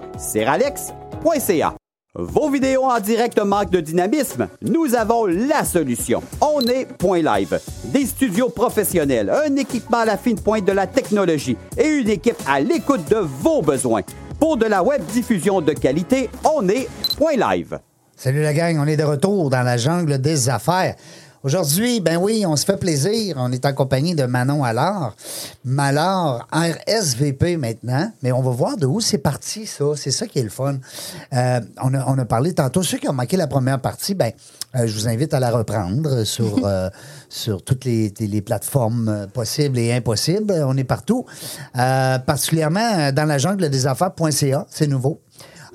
Siralex.ca. Vos vidéos en direct manquent de dynamisme? Nous avons la solution. On est Point Live. Des studios professionnels, un équipement à la fine pointe de la technologie et une équipe à l'écoute de vos besoins. Pour de la web diffusion de qualité, on est Point Live. Salut la gang, on est de retour dans la jungle des affaires. Aujourd'hui, ben oui, on se fait plaisir. On est en compagnie de Manon Allard. Malard, RSVP maintenant, mais on va voir de où c'est parti, ça. C'est ça qui est le fun. Euh, on, a, on a parlé tantôt. Ceux qui ont manqué la première partie, ben, euh, je vous invite à la reprendre sur, euh, sur toutes les, les- les plateformes euh, possibles et impossibles. On est partout, Euh, particulièrement euh, dans la jungle des affaires.ca. C'est nouveau.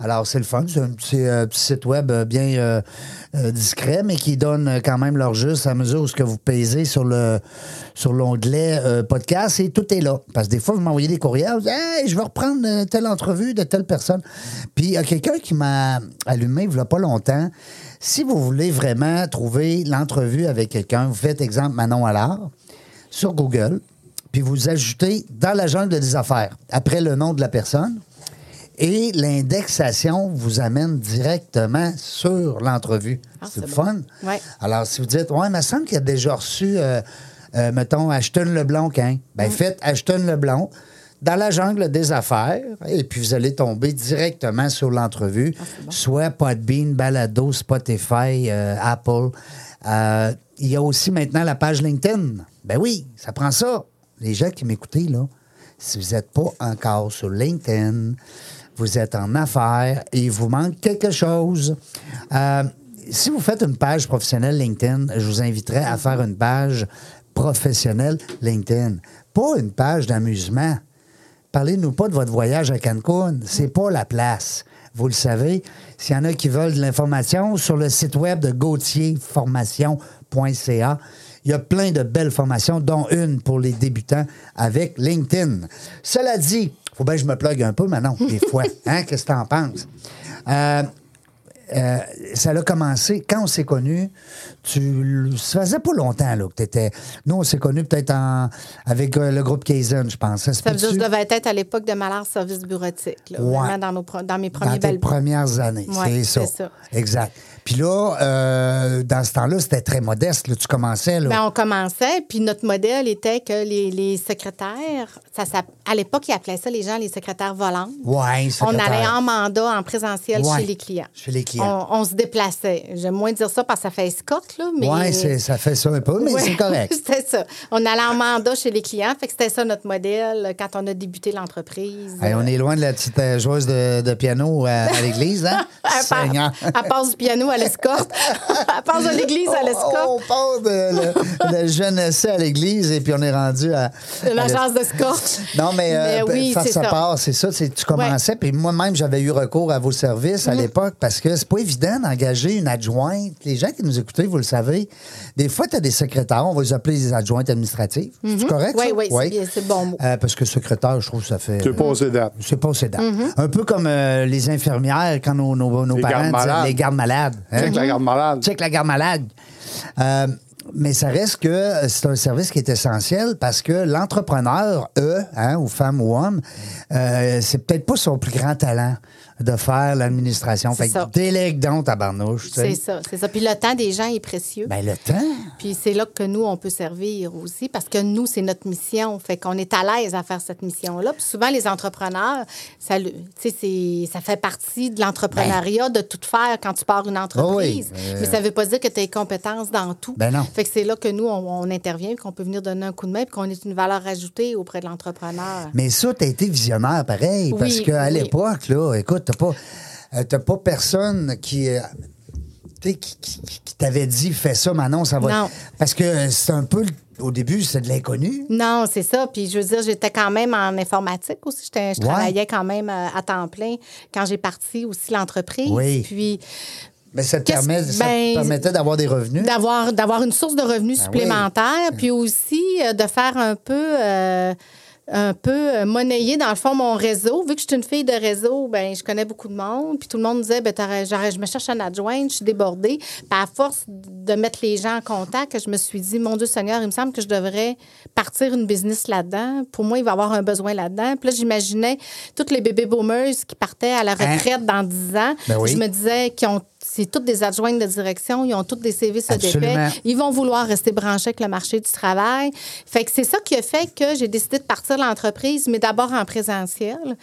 Alors, c'est le fun. C'est un petit, euh, petit site web euh, bien euh, euh, discret, mais qui donne euh, quand même leur juste à mesure où ce que vous payez sur le sur l'onglet euh, podcast et tout est là. Parce que des fois, vous m'envoyez des courriels, vous dites, Hey, je vais reprendre euh, telle entrevue de telle personne. Puis, il y a quelqu'un qui m'a allumé il n'y a pas longtemps. Si vous voulez vraiment trouver l'entrevue avec quelqu'un, vous faites exemple Manon Allard sur Google, puis vous ajoutez dans la jungle des affaires, après le nom de la personne. Et l'indexation vous amène directement sur l'entrevue. Ah, c'est c'est le bon. fun. Ouais. Alors, si vous dites, ouais, il me semble qu'il a déjà reçu, euh, euh, mettons, Ashton Leblanc, hein? Mm. Ben, faites Ashton Leblanc dans la jungle des affaires, et puis vous allez tomber directement sur l'entrevue, Ah, soit Podbean, Balado, Spotify, euh, Apple. Euh, il y a aussi maintenant la page LinkedIn. Ben oui, ça prend ça. Les gens qui m'écoutaient, là, si vous n'êtes pas encore sur LinkedIn, vous êtes en affaires et il vous manque quelque chose. Euh, si vous faites une page professionnelle LinkedIn, je vous inviterai à faire une page professionnelle LinkedIn. Pas une page d'amusement. Parlez-nous pas de votre voyage à Cancun. C'est pas la place. Vous le savez, s'il y en a qui veulent de l'information, sur le site web de gautierformation.ca, il y a plein de belles formations, dont une pour les débutants avec LinkedIn. Cela dit, faut bien que je me plug un peu maintenant, [laughs] des fois. Hein? Qu'est-ce que t'en penses? Euh, euh, ça a commencé, quand on s'est connus, tu, l- ça faisait pas longtemps là, que tu étais. Nous, on s'est connus peut-être en- avec euh, le groupe Kaizen, je pense. se Ça veut dire que peut-tu? je devais être à l'époque de Malheur Service Bureautique. là, Ouais. vraiment dans, nos pro- dans mes premiers dans tes belles premières années. Ouais, c'est ça. c'est ça. Exact. Puis là, euh, dans ce temps-là, c'était très modeste. là, tu commençais. Là. Ben, on commençait, puis notre modèle était que les, les secrétaires, ça, s'app- à l'époque, ils appelaient ça les gens les secrétaires volantes. ouais, On secrétaire. allait en mandat, en présentiel Ouais, chez les clients. chez les clients. On, on se déplaçait. J'aime moins dire ça parce que ça fait escorte, là, mais. Ouais, c'est- ça fait ça un peu, mais Ouais, c'est correct. [laughs] c'était ça. On allait en mandat chez les clients. Fait que c'était ça notre modèle quand on a débuté l'entreprise. [laughs] Hey, on est loin de la petite euh, joueuse de, de piano à, à l'église, [laughs] hein? Elle part- Seigneur. elle passe du piano [laughs] à l'escorte. elle passe de l'église à On, l'escorte. Oh, on part de, [laughs] de, de jeunesse à l'église et puis on est rendu à. De à l'agence d'escorte. oh. Non, mais, euh, Mais oui, faire c'est sa ça. part, c'est ça. c'est- Tu commençais, puis moi-même, j'avais eu recours à vos services Mm. à l'époque parce que c'est pas évident d'engager une adjointe. Les gens qui nous écoutaient, vous le savez, des fois, tu as des secrétaires, on va les appeler des adjointes administratives. C'est correct? Oui, ça? oui, Mm-hmm. c'est bien, c'est le bon mot. Euh, parce que secrétaire, je trouve que ça fait. euh, Tu passes les dates. C'est pas sédant. Mm-hmm. Un peu comme euh, les infirmières quand nos, nos, nos Les parents gardes disaient malades. les gardes malades. hein? Check la garde malade. Check la garde malade. Euh, mais ça reste que c'est un service qui est essentiel parce que l'entrepreneur, eux, hein, ou femme ou homme, euh, c'est peut-être pas son plus grand talent de faire l'administration. C'est Fait que ça. délègue donc ta barnouche. tu sais. C'est ça, c'est ça. Puis le temps des gens est précieux. Ben, le temps. Puis c'est là que nous, on peut servir aussi, parce que nous, c'est notre mission. Fait qu'on est à l'aise à faire cette mission-là. Puis souvent, les entrepreneurs, ça, le- tu sais, c'est- ça fait partie de l'entrepreneuriat de tout faire quand tu pars une entreprise. Ben oui, euh, Mais ça veut pas dire que tu as des compétences dans tout. Ben non. Fait que c'est là que nous, on, on intervient, puis qu'on peut venir donner un coup de main, puis qu'on est une valeur ajoutée auprès de l'entrepreneur. Mais ça, t'as été visionnaire pareil, Oui, parce qu'à oui. l'époque, là, écoute, t'as pas, euh, t'as pas personne qui. euh, tu sais, qui, qui- qui- qui t'avait dit fais ça Manon ça va Non. parce que c'est un peu le- au début c'est de l'inconnu Non, c'est ça. Puis je veux dire, j'étais quand même en informatique aussi. J'étais- je Ouais. travaillais quand même euh, à temps plein quand j'ai parti aussi l'entreprise. Oui. Puis mais ça te, Qu'est-ce- permet, ça te ben, permettait d'avoir des revenus d'avoir d'avoir une source de revenus Ben supplémentaire, puis aussi euh, de faire un peu euh, un peu euh, monnayer dans le fond mon réseau. Vu que je suis une fille de réseau, ben je connais beaucoup de monde, puis tout le monde disait ben t'aurais- j'aurais- je me cherche un adjoint, je suis débordée. Puis à force de mettre les gens en contact, je me suis dit mon Dieu Seigneur, il me semble que je devrais partir une business là-dedans. Pour moi, il va avoir un besoin là-dedans. Puis là, j'imaginais toutes les bébés boomers qui partaient à la Hein? retraite dans 10 ans. Ben oui. Je me disais qu'ils ont c'est toutes des adjointes de direction, ils ont toutes des CV se Absolument. dépaient. Ils vont vouloir rester branchés avec le marché du travail. Fait que c'est ça qui a fait que j'ai décidé de partir l'entreprise, mais d'abord en présentiel.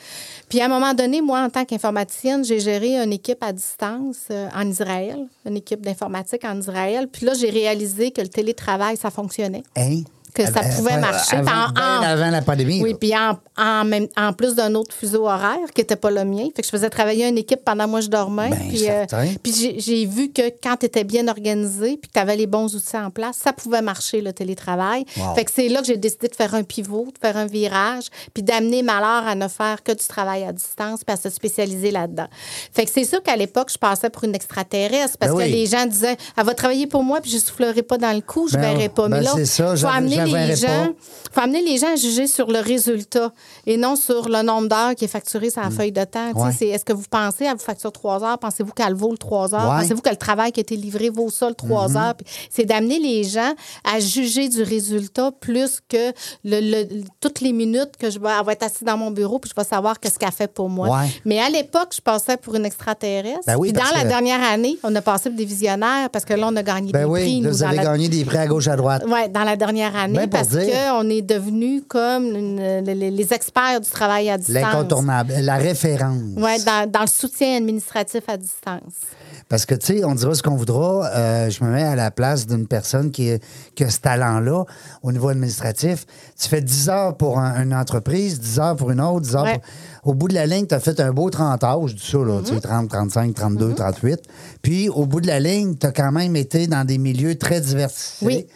Puis à un moment donné, moi, en tant qu'informaticienne, j'ai géré une équipe à distance euh, en Israël, une équipe d'informatique en Israël. Puis là, j'ai réalisé que le télétravail, ça fonctionnait. Hein? que ça Avant- pouvait marcher. avant, Puis en- bien en- ben, avant la pandémie Oui, là. puis en, en même, en plus d'un autre fuseau horaire qui n'était pas le mien. Fait que je faisais travailler une équipe pendant moi je dormais. Ben, puis euh, certain. puis j'ai- j'ai vu que quand tu étais bien organisé puis que tu avais les bons outils en place, ça pouvait marcher le télétravail. Wow. Fait que c'est là que j'ai décidé de faire un pivot, de faire un virage, puis d'amener Malheur à ne faire que du travail à distance puis à se spécialiser là-dedans. Fait que c'est sûr qu'à l'époque, je passais pour une extraterrestre parce Ben que oui. les gens disaient Elle va travailler pour moi puis je soufflerai pas dans le cou, je ne Ben, verrai pas. ben, Mais là, c'est ça, faut j'en- amener j'en verrai les gens pas. faut amener les gens à juger sur le résultat et non sur le nombre d'heures qui est facturé sur la feuille de temps. Tu sais, Mm. Ouais. c'est, est-ce que vous pensez à vous facture trois heures? Pensez-vous qu'elle vaut le trois heures? Ouais. Mm-hmm. Pensez-vous que le travail qui a été livré vaut ça le trois heures? Puis c'est d'amener les gens à juger du résultat plus que le, le- toutes les minutes que je vais elle va être assise dans mon bureau puis je vais savoir qu'est-ce qu'elle fait pour moi. Ouais. Mais à l'époque, je passais pour une extraterrestre. Ben oui, Puis parce dans la que- dernière année, on a passé pour des visionnaires parce que là, on a gagné ben des oui prix. là, nous, vous dans avez la- gagné des prêts à gauche à droite oui, dans la dernière année, Ben, pour parce dire. qu'on est devenu comme une- les, les experts du travail à distance. l'incontournable la référence Ouais, dans, dans le soutien administratif à distance. Parce que, tu sais, on dira ce qu'on voudra. euh, je me mets à la place d'une personne qui, est- qui a ce talent-là au niveau administratif. Tu fais 10 heures pour un- une entreprise, 10 heures pour une autre, 10 heures Ouais. pour... Au bout de la ligne, tu as fait un beau 30 heures, je dis ça, là, Mhm. tu sais, 30, 35, 32, 38. Puis, au bout de la ligne, tu as quand même été dans des milieux très diversifiés. Oui.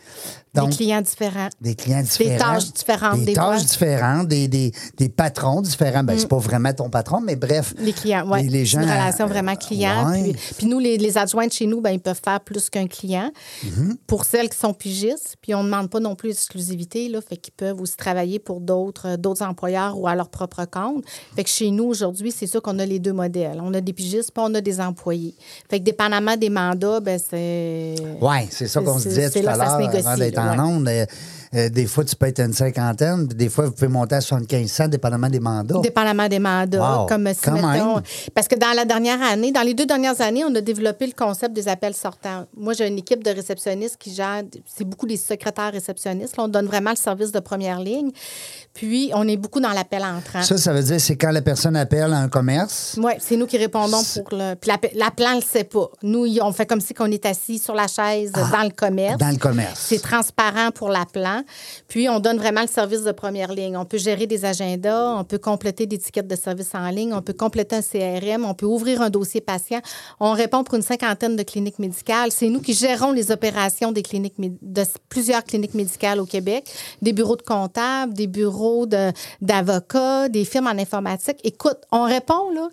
Donc, des clients différents. des clients différents. tâches différentes, Des, des tâches fois. Mm. différentes, des, des, des patrons différents. Ben, c'est pas vraiment ton patron, mais bref. Les clients, oui. Les, les gens. Une relation euh, vraiment client. ouais. Puis, puis nous, les, les adjointes chez nous, ben, ils peuvent faire plus qu'un client. Mm-hmm. Pour celles qui sont pigistes, puis on ne demande pas non plus l'exclusivité, là, fait qu'ils peuvent aussi travailler pour d'autres euh, d'autres employeurs ou à leur propre compte. Fait que chez nous, aujourd'hui, c'est sûr qu'on a les deux modèles. On a des pigistes, puis on a des employés. Fait que dépendamment des mandats, ben, c'est... Oui, c'est ça qu'on se C'est- disait c'est tout à là que ça se l'heure négocie, avant d'être en là, onde. euh, des fois, tu peux être à une cinquantaine, puis des fois, vous pouvez monter à 75 cents, dépendamment des mandats. Dépendamment des mandats, Wow, comme si, quand mettons- même. parce que dans la dernière année, dans les deux dernières années, on a développé le concept des appels sortants. Moi, j'ai une équipe de réceptionnistes qui gère, c'est beaucoup des secrétaires réceptionnistes. Là, on donne vraiment le service de première ligne. Puis, on est beaucoup dans l'appel entrant. Ça, ça veut dire c'est quand la personne appelle à un commerce. Oui, c'est nous qui répondons pour le. Puis la, la plan ne le sait pas. Nous, y- on fait comme si on est assis sur la chaise dans le commerce. Ah, dans le commerce. C'est transparent pour la plan. Puis on donne vraiment le service de première ligne. On peut gérer des agendas, on peut compléter des tickets de service en ligne, on peut compléter un CRM, on peut ouvrir un dossier patient. On répond pour une cinquantaine de cliniques médicales. C'est nous qui gérons les opérations des cliniques mé- de s- plusieurs cliniques médicales au Québec, des bureaux de comptables, des bureaux de- d'avocats, des firmes en informatique. Écoute, on répond là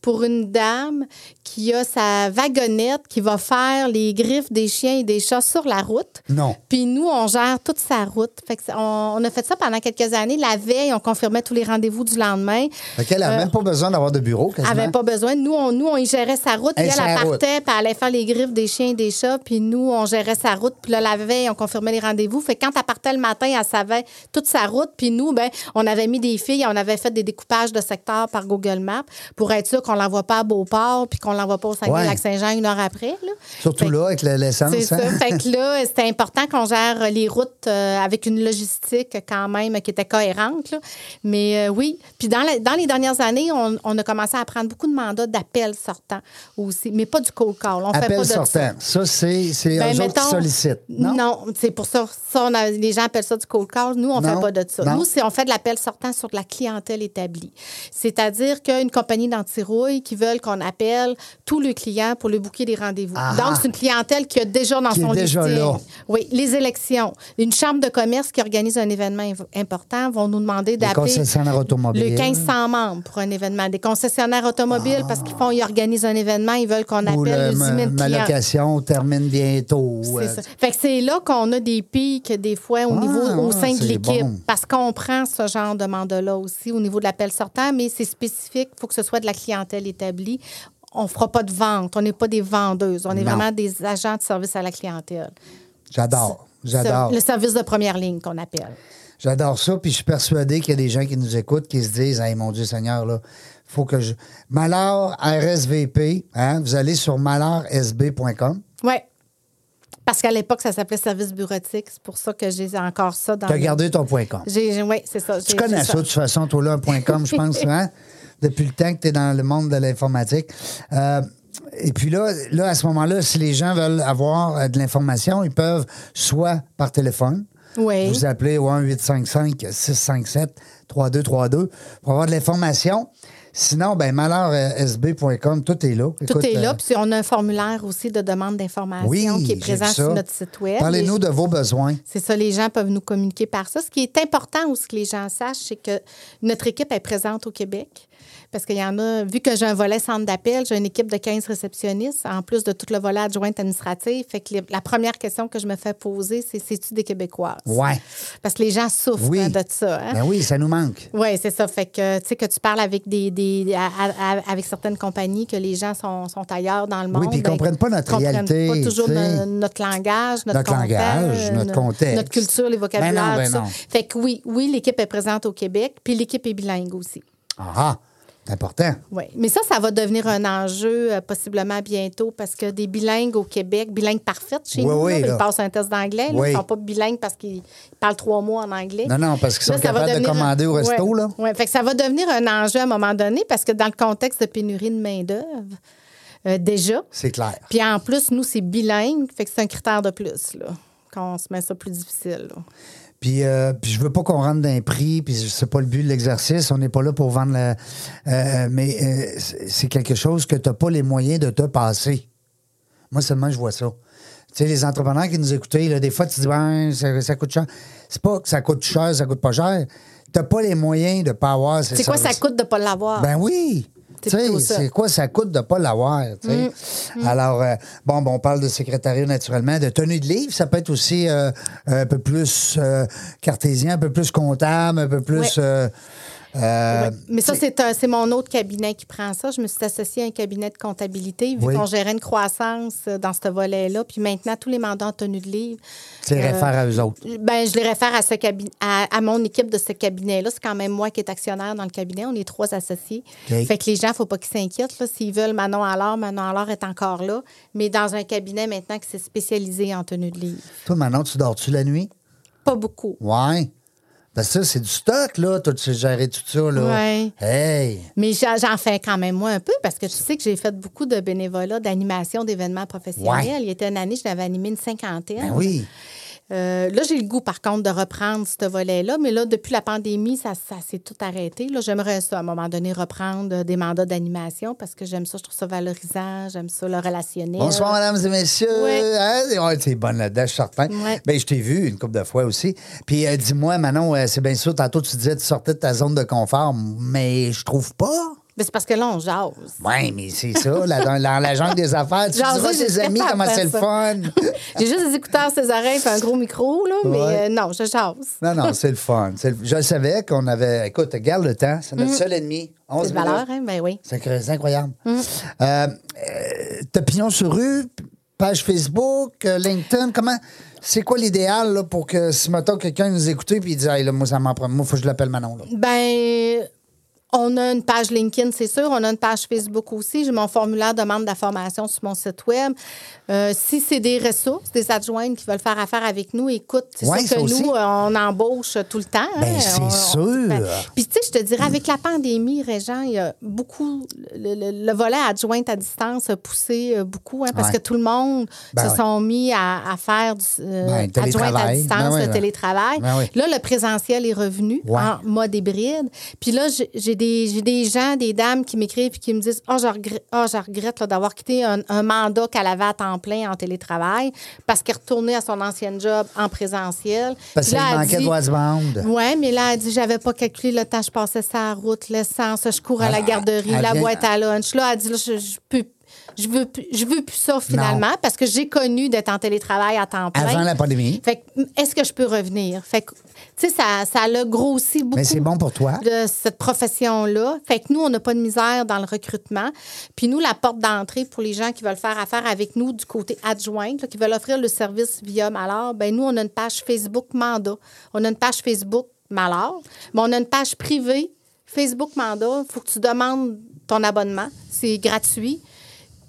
pour une dame qui a sa wagonnette qui va faire les griffes des chiens et des chats sur la route. Non. Puis nous, on gère toute sa route. Fait que c'est- on, on a fait ça pendant quelques années. La veille, on confirmait tous les rendez-vous du lendemain. Fait qu'elle n'a Euh, même pas besoin d'avoir de bureau, Elle quasiment. n'avait pas besoin. Nous, on, nous, on y gérait sa route. Elle, puis sa elle, elle route. partait, puis elle allait faire les griffes des chiens et des chats. Puis nous, on gérait sa route. Puis là, la veille, on confirmait les rendez-vous. Fait que quand elle partait le matin, elle savait toute sa route. Puis nous, ben, on avait mis des filles, on avait fait des découpages de secteurs par Google Maps pour être sûr qu'on l'envoie pas à Beauport, puis qu'on l'envoie pas au Saguenay-Lac-Saint-Jean une heure après. là. Surtout Fait que- là, avec le- l'essence. c'est ça. hein? Fait que là, c'était important qu'on gère les routes euh, avec une logistique quand même qui était cohérente. là. Mais euh, oui. Puis dans, la- dans les dernières années, on, on a commencé à prendre beaucoup de mandats d'appels sortants aussi, mais pas du cold call. On fait pas Appel de sortant. Ça, c'est c'est Ben, eux autres mettons- qui sollicitent. Non? c'est pour ça. ça, on a- les gens appellent ça du cold call. Nous, on ne Non, fait pas de ça. non. Nous, c'est on fait de l'appel sortant sur de la clientèle établie. C'est-à-dire qu'une compagnie d'antirouille qui veulent qu'on appelle tous les clients pour le bouquet des rendez-vous. Ah ah. Donc, c'est une clientèle qui a déjà dans Qui est son déjà listing. là. Oui, les élections. Une chambre de commerce qui organise un événement inv- important vont nous demander d'appeler concessionnaires automobiles. Ah. le 1500 membres pour un événement. Des concessionnaires automobiles parce qu'ils font, ils organisent un événement, ils veulent qu'on Ou appelle le- les 10 ma, 000 ma clients. location termine bientôt. C'est euh, ça. Fait que c'est là qu'on a des pics des fois au Ah, niveau au ouais, sein de c'est l'équipe bon. parce qu'on prend ce genre de mandat-là aussi au niveau de l'appel sortant, mais c'est spécifique, il faut que ce soit de la clientèle établie. On ne fera pas de vente, on n'est pas des vendeuses, on est Non. vraiment des agents de service à la clientèle. J'adore. J'adore. Le service de première ligne qu'on appelle. J'adore ça, puis je suis persuadé qu'il y a des gens qui nous écoutent qui se disent Hey, mon Dieu Seigneur, là, faut que je. Malheur RSVP, hein, vous allez sur malheursb.com. Oui. Parce qu'à l'époque, ça s'appelait service bureautique, c'est pour ça que j'ai encore ça dans Tu as mes- gardé ton point .com. J'ai- j'ai- Oui, c'est ça. Tu j'ai- connais j'ai ça, de toute façon, toi là, un point .com, je [laughs] pense, hein, depuis le temps que tu es dans le monde de l'informatique. Euh, et puis là, là, à ce moment-là, si les gens veulent avoir euh, de l'information, ils peuvent soit par téléphone, Oui. vous appelez au 1-855-657-3232 pour avoir de l'information. Sinon, ben malheursb.com, tout est là. Tout Écoute, est là. euh, Puis on a un formulaire aussi de demande d'information oui, qui j'ai est vu présent ça. sur notre site Web. Parlez-nous Les- de vos besoins. C'est ça, les gens peuvent nous communiquer par ça. Ce qui est important ou ce que les gens sachent, c'est que notre équipe est présente au Québec. Parce qu'il y en a, vu que j'ai un volet centre d'appel, j'ai une équipe de 15 réceptionnistes, en plus de tout le volet adjointe administrative. Fait que les- la première question que je me fais poser, c'est c'est-tu des Québécoises? Ouais. Parce que les gens souffrent Oui. hein, de ça. hein. Ben oui, ça nous manque. Oui, c'est ça. Fait que, tu sais, que tu parles avec des, des à- à- avec certaines compagnies, que les gens sont, sont ailleurs dans le monde. puis ils ben, comprennent pas notre comprennent réalité, pas toujours tu sais. no- notre langage, notre, Notre langage, contexte, notre contexte. Notre culture, les Ben non, vocabulaires, ben tout ça. non. Fait que oui, oui, l'équipe est présente au Québec, puis l'équipe est bilingue aussi. Ah, ah, c'est important. Oui. Mais ça, ça va devenir un enjeu euh, possiblement bientôt parce que des bilingues au Québec, bilingues parfaites chez Oui, nous, là, oui, ben, là. ils passent un test d'anglais. là. Oui. Ils ne sont pas bilingues parce qu'ils parlent trois mots en anglais. Non, non, parce qu'ils sont ça va capables de commander au resto, Ouais. là. Oui, fait que ça va devenir un enjeu à un moment donné parce que dans le contexte de pénurie de main-d'œuvre, euh, déjà. C'est clair. Puis en plus, nous, c'est bilingue, fait que c'est un critère de plus, là, quand on se met ça plus difficile. là. Puis, euh, puis je veux pas qu'on rentre dans les prix, puis c'est pas le but de l'exercice. On n'est pas là pour vendre la. euh, mais euh, c'est- c'est quelque chose que tu n'as pas les moyens de te passer. Moi seulement, je vois ça. Tu sais, les entrepreneurs qui nous écoutaient, là, des fois, tu dis, ben, ça, ça coûte cher. C'est pas que ça coûte cher, ça coûte pas cher. Tu pas les moyens de pas avoir ces C'est quoi ça services. coûte de ne pas l'avoir? Ben oui. Tu C'est sais, Ah. plutôt ça. Mm. c'est quoi ça coûte de ne pas l'avoir? tu sais? Alors, euh, bon, ben, on parle de secrétariat naturellement, de tenue de livre, ça peut être aussi euh, un peu plus euh, cartésien, un peu plus comptable, un peu plus. Ouais. euh, Euh, Mais ça, c'est un- c'est mon autre cabinet qui prend ça. Je me suis associée à un cabinet de comptabilité, vu Oui. qu'on gérait une croissance euh, dans ce volet-là. Puis maintenant, tous les mandats en tenue de livre. Tu les euh, réfères à eux autres. Ben, je les réfère à, ce cabi- à, à mon équipe de ce cabinet-là. C'est quand même moi qui est actionnaire dans le cabinet. On est trois associés. OK. Fait que les gens, faut pas qu'ils s'inquiètent. là. S'ils veulent Manon Allard, Manon Allard est encore là. Mais dans un cabinet maintenant qui s'est spécialisé en tenue de livre. Toi, maintenant, tu dors-tu la nuit? Pas beaucoup. Ouais. Parce que ça, c'est du stock, là. Toi, tu sais gérer tout ça, là. Ouais. Hey! Mais j'en j'en fais quand même moi un peu parce que tu sais que j'ai fait beaucoup de bénévolat, d'animation d'événements professionnels. Ouais. Il y a une année, je l'avais animé une cinquantaine. Ben oui. Euh, là, j'ai le goût, par contre, de reprendre ce volet-là. Mais là, depuis la pandémie, ça, ça s'est tout arrêté. Là, j'aimerais ça, à un moment donné, reprendre euh, des mandats d'animation parce que j'aime ça, je trouve ça valorisant, j'aime ça le relationnel. Bonsoir, mesdames et messieurs. euh, Ouais. Hein? Ouais, t'es bonne là-dedans, je suis certain. Ouais. Ben, je t'ai vu une couple de fois aussi. Puis euh, dis-moi, Manon, euh, c'est bien sûr, tantôt, tu disais que tu sortais de ta zone de confort, mais je trouve pas. Mais c'est parce que là, on jase. [laughs] Oui, mais c'est ça, là, dans, dans la jungle des affaires. Tu Jaser, diras à j'ai tes amis pas à comment faire c'est le ça. fun. J'ai juste des écouteurs, ses oreilles, puis un gros micro, là, mais Ouais. euh, non, je jase. Non, non, c'est le fun. C'est le- Je savais qu'on avait. Écoute, regarde le temps. C'est notre seul ennemi. 11 Mm. C'est de minutes. valeur, hein? Ben oui. C'est incro- c'est incroyable. Mm. Euh, euh, T'as pignon sur rue, page Facebook, euh, LinkedIn, comment. C'est quoi l'idéal là, pour que si maintenant quelqu'un nous écoute et il dit Hey, là, moi, ça m'en prend, moi, faut que je l'appelle Manon. Là. Ben, on a une page LinkedIn, c'est sûr. On a une page Facebook aussi. J'ai mon formulaire de demande de la formation sur mon site Web. Euh, si c'est des ressources, des adjointes qui veulent faire affaire avec nous, écoute, c'est Ouais, ça sûr que aussi. nous, euh, on embauche tout le temps. hein. Ben, c'est On- on- sûr. Ben, Puis, tu sais, je te dirais, avec la pandémie, Régent, il y a beaucoup. Le, le- le volet adjointe à distance a poussé euh, beaucoup hein, parce Ouais. que tout le monde Ben se ouais. sont mis à, à faire du Ben, euh, le adjointe à télétravail. distance, Ben ouais, le ben. télétravail. Ben ouais. Là, le présentiel est revenu Ouais. en mode hybride. Puis là, j'ai- j'ai des, j'ai des gens, des dames qui m'écrivent et qui me disent Oh, je regrette, oh, je regrette là, d'avoir quitté un, un mandat qu'elle avait à temps plein en télétravail parce qu'elle retournait à son ancienne job en présentiel. Parce Puis là, qu'il elle manquait dit- de Oisebande. Ouais, mais là, elle dit J'avais pas calculé le temps que je passais sa route, l'essence, je cours à la Elle- garderie, elle la vient- boîte à lunch. Là, elle dit Là, je, je peux. Je veux, plus- je veux plus ça finalement parce que j'ai connu d'être en télétravail à temps plein. Avant la pandémie. Fait que, est-ce que je peux revenir? Fait que, tu sais, ça, ça l'a grossi beaucoup. Mais c'est bon pour toi. De cette profession-là. Fait que nous, on n'a pas de misère dans le recrutement. Puis nous, la porte d'entrée pour les gens qui veulent faire affaire avec nous du côté adjoint, là, qui veulent offrir le service via Malheur, ben nous, on a une page Facebook Mandat. On a une page Facebook Malheur, mais on a une page privée Facebook Mandat. Il faut que tu demandes ton abonnement. C'est gratuit.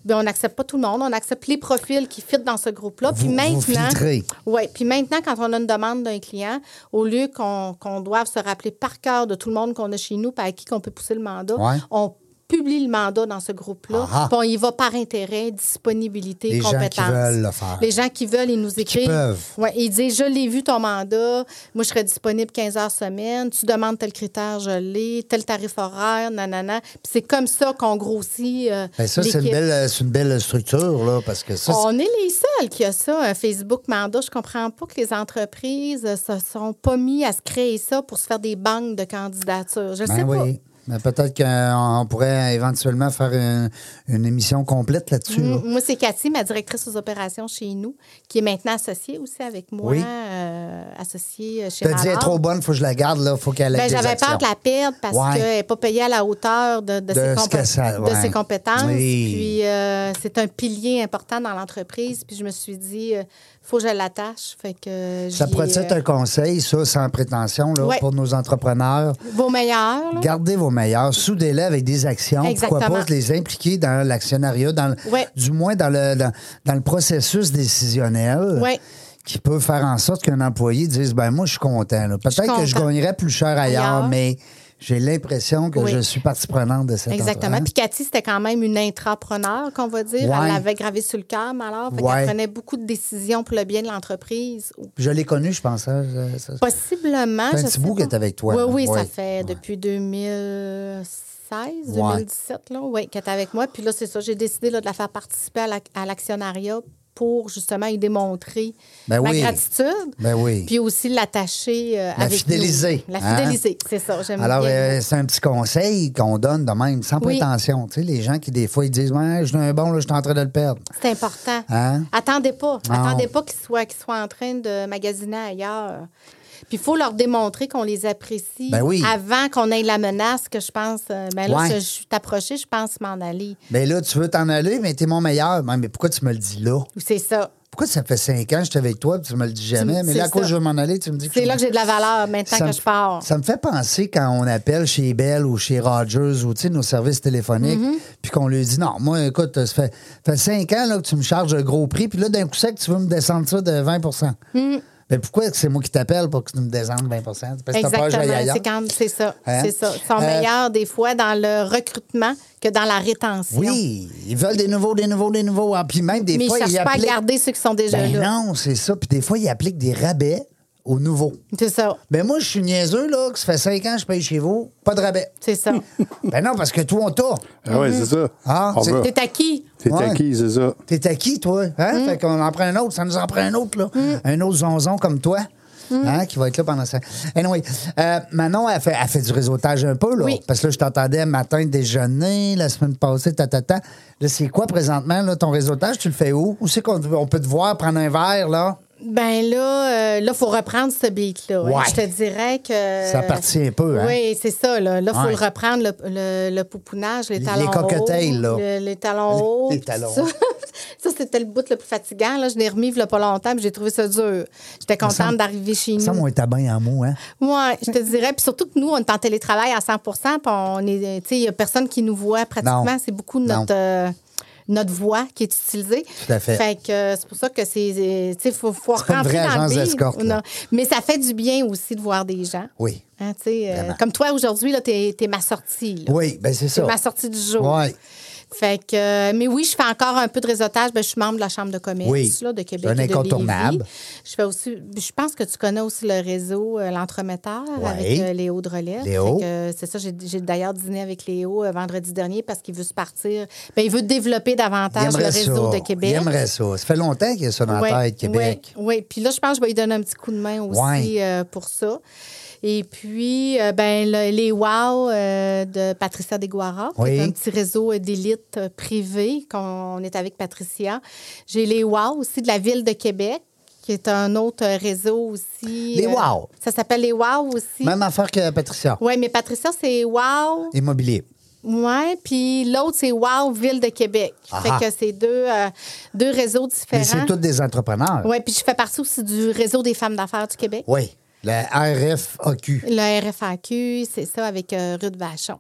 Ben, on n'accepte pas tout le monde. On accepte les profils qui fitent dans ce groupe-là. Puis Vous- vous maintenant, filtrez. oui, puis maintenant, quand on a une demande d'un client, au lieu qu'on qu'on doive se rappeler par cœur de tout le monde qu'on a chez nous, par à qui qu'on peut pousser le mandat, Ouais. on publie le mandat dans ce groupe-là, Ah ah. puis on y va par intérêt, disponibilité, Les gens qui compétence. veulent le faire. Les gens qui veulent, ils nous écrivent. peuvent. Ouais, ils disent, je l'ai vu ton mandat, moi je serai disponible 15 heures semaine, tu demandes tel critère, je l'ai, tel tarif horaire, nanana. Puis c'est comme ça qu'on grossit euh, Ben, ça, c'est une, l'équipe. Oh, belle, euh, c'est une belle structure, là, parce que ça, c'est- On est les seuls qui a ça, un Facebook mandat. Je comprends pas que les entreprises euh, se sont pas mis à se créer ça pour se faire des banques de candidatures. Je ne sais Ben oui. Ben, peut-être qu'on on pourrait éventuellement faire une, une émission complète là-dessus. pas. là. M- Moi, c'est Cathy, ma directrice aux opérations chez nous, qui est maintenant associée aussi avec moi, Oui. euh, associée chez T'as dit, elle est Mallard. trop bonne, faut que je la garde, là, faut qu'elle ait Ben, des J'avais actions. peur de la perdre parce Ouais. qu'elle n'est pas payée à la hauteur de, de ses, ce compé- que ça- de ouais. ses compétences. Oui. Puis euh, c'est un pilier important dans l'entreprise. Puis je me suis dit, il faut que je l'attache. Fait que euh, Ça j'y ai, pourrait être euh, un conseil, ça, sans prétention, là, Ouais. pour nos entrepreneurs. euh, vos meilleurs. là. Gardez vos meilleurs, soudez-les avec des actions. Pourquoi Exactement. pas les impliquer dans l'actionnariat, dans, le- Ouais. du moins dans le, dans, dans le processus décisionnel. Ouais. Qui peut faire en sorte qu'un employé dise ben moi je suis content. là. Peut-être que je content. gagnerais plus cher ailleurs, Ailleurs. mais j'ai l'impression que Oui. je suis partie prenante de cette Exactement. entreprise. Puis Cathy, c'était quand même une intrapreneur, qu'on va dire. Ouais. Elle l'avait gravé sur le cœur, alors. Fait Ouais. Elle prenait beaucoup de décisions pour le bien de l'entreprise. Ou Je l'ai connu, je pense. hein, ça- ça- Possiblement. C'est un je petit sais bout pas. qu'elle est avec toi, Oui, là. oui, Ouais. ça fait depuis 2016, Ouais. 2017, là. Oui, qu'elle est avec moi. Puis là, c'est ça. J'ai décidé là, de la faire participer à la- à l'actionnariat pour justement lui démontrer Ben ma oui. gratitude. Ben oui. Puis aussi l'attacher euh, La avec nous. fidéliser, La hein? fidéliser, c'est ça. J'aime Alors, bien. euh, c'est un petit conseil qu'on donne de même, sans Oui. prétention. Tu sais, les gens qui, des fois, ils disent Ouais, je suis un bon, là, je suis en train de le perdre. C'est important. Hein? Attendez pas. Non. Attendez pas qu'il soit, qu'il soit en train de magasiner ailleurs. Puis il faut leur démontrer qu'on les apprécie Ben oui. avant qu'on ait la menace que je pense. euh, Ben là, Ouais. je- je suis approchée, je pense m'en aller. Mais Ben là, tu veux t'en aller, mais t'es mon meilleur. Ouais, Mais pourquoi tu me le dis là? Ou c'est ça. Pourquoi ça fait cinq ans que j'étais avec toi et tu me le dis jamais? me- Mais là, à c'est cause ça. je veux m'en aller, tu me dis que C'est je- là que j'ai de la valeur maintenant Ça que me- je pars. Ça me fait penser quand on appelle chez Bell ou chez Rogers ou tu sais, nos services téléphoniques, Mhm. puis qu'on lui dit non, moi, écoute, ça fait, ça fait cinq ans là, que tu me charges un gros prix, puis là, d'un coup sec, tu veux me descendre ça de 20 Mhm. Mais pourquoi c'est moi qui t'appelle pour que tu me descendes 20 C'est parce que t'as peur que j'aille Exactement. ailleurs. C'est quand c'est ça. Hein? C'est ça. Ils sont Euh, meilleurs des fois dans le recrutement que dans la rétention. Oui, ils veulent des nouveaux, des nouveaux, des nouveaux. Ah, puis même des Mais ils fois, ne ils cherchent pas à appliquent. garder ceux qui sont déjà Ben là. non, c'est ça. Puis des fois, ils appliquent des rabais aux nouveaux. C'est ça. Ben moi, je suis niaiseux, là, que ça fait cinq ans que je paye chez vous, pas de rabais. C'est [laughs] ça. ben non, parce que toi, on t'a. Ah ouais, c'est ça. Ah, On c'est- va- T'es acquis. T'es Ouais. acquis, c'est ça. T'es acquis, toi. Mm. Hein? Fait qu'on en prend un autre, ça nous en prend un autre, là. Un autre zonzon comme toi. Mm. Hein, qui va être là pendant ça. Anyway, euh, Manon, elle fait, elle fait du réseautage un peu, là. Oui. Parce que là, je t'entendais matin déjeuner, la semaine passée, ta, ta, ta. Là, c'est quoi présentement, là, ton réseautage? Tu le fais où? Où c'est qu'on on peut te voir prendre un verre, là? Ben là, il là, faut reprendre ce beat-là. hein. Ouais. Je te dirais que. Ça partit un peu, hein? Oui, c'est ça. Là, il faut Ouais. le reprendre, le, le, le poupounage, les, Les- talons les cocktails, hauts, là. le- les talons hauts. Les tout talons. Ça, [laughs] Ça, c'était le bout le plus fatigant. Là. Je l'ai remis il y a pas longtemps, puis j'ai trouvé ça dur. J'étais contente semble- d'arriver chez Ça, nous. on est à bain en mots, hein? Oui, je te dirais. Puis surtout que nous, on est en télétravail à 100 puis on est, tu sais, il n'y a personne qui nous voit Non. pratiquement. C'est beaucoup Non. notre, euh, notre voix qui est utilisée. Tout à fait. que euh, c'est pour ça que c'est, euh, tu sais, faut, faut C'est pas une rentrer vraie dans le agence beat. d'escorte, là. Non. Mais ça fait du bien aussi de voir des gens. Oui. Hein, tu sais, euh, Vraiment. comme toi, aujourd'hui, là, t'es, t'es ma sortie. là. Oui, ben c'est T'es ça. ma sortie du jour. Ouais. Fait que, euh, mais oui, je fais encore un peu de réseautage. Ben, je suis membre de la Chambre de commerce Oui. là, de Québec. C'est un et de Lévis. incontournable. Je fais aussi, je pense que tu connais aussi le réseau euh, L'Entremetteur Ouais. avec euh, Léo Drolet. Léo. Fait que, euh, C'est ça, j'ai j'ai d'ailleurs dîné avec Léo euh, vendredi dernier parce qu'il veut se partir. Ben, il veut développer Il davantage le aimerait réseau ça. de Québec. Il aimerait ça. Ça fait longtemps qu'il y a ça dans la tête, Québec. Oui, oui. Puis là, je pense que je vais lui donner un petit coup de main aussi Ouais. euh, pour ça. Et puis, euh, ben, le- les WOW euh, de Patricia Deguara, qui Oui. est un petit réseau euh, d'élite euh, privé qu'on on est avec Patricia. J'ai les WOW aussi de la Ville de Québec, qui est un autre euh, réseau aussi. Les euh, WOW. ça s'appelle les WOW aussi. Même affaire que Patricia. Oui, mais Patricia, c'est WOW. Immobilier. Oui, puis l'autre, c'est WOW Ville de Québec. Ah ah. Fait que c'est deux, euh, deux réseaux Mais différents. c'est tous des entrepreneurs. Oui, puis je fais partie aussi du réseau des femmes d'affaires du Québec. Oui. La RFAQ. Le RFAQ, c'est ça, avec euh, Ruth Vachon.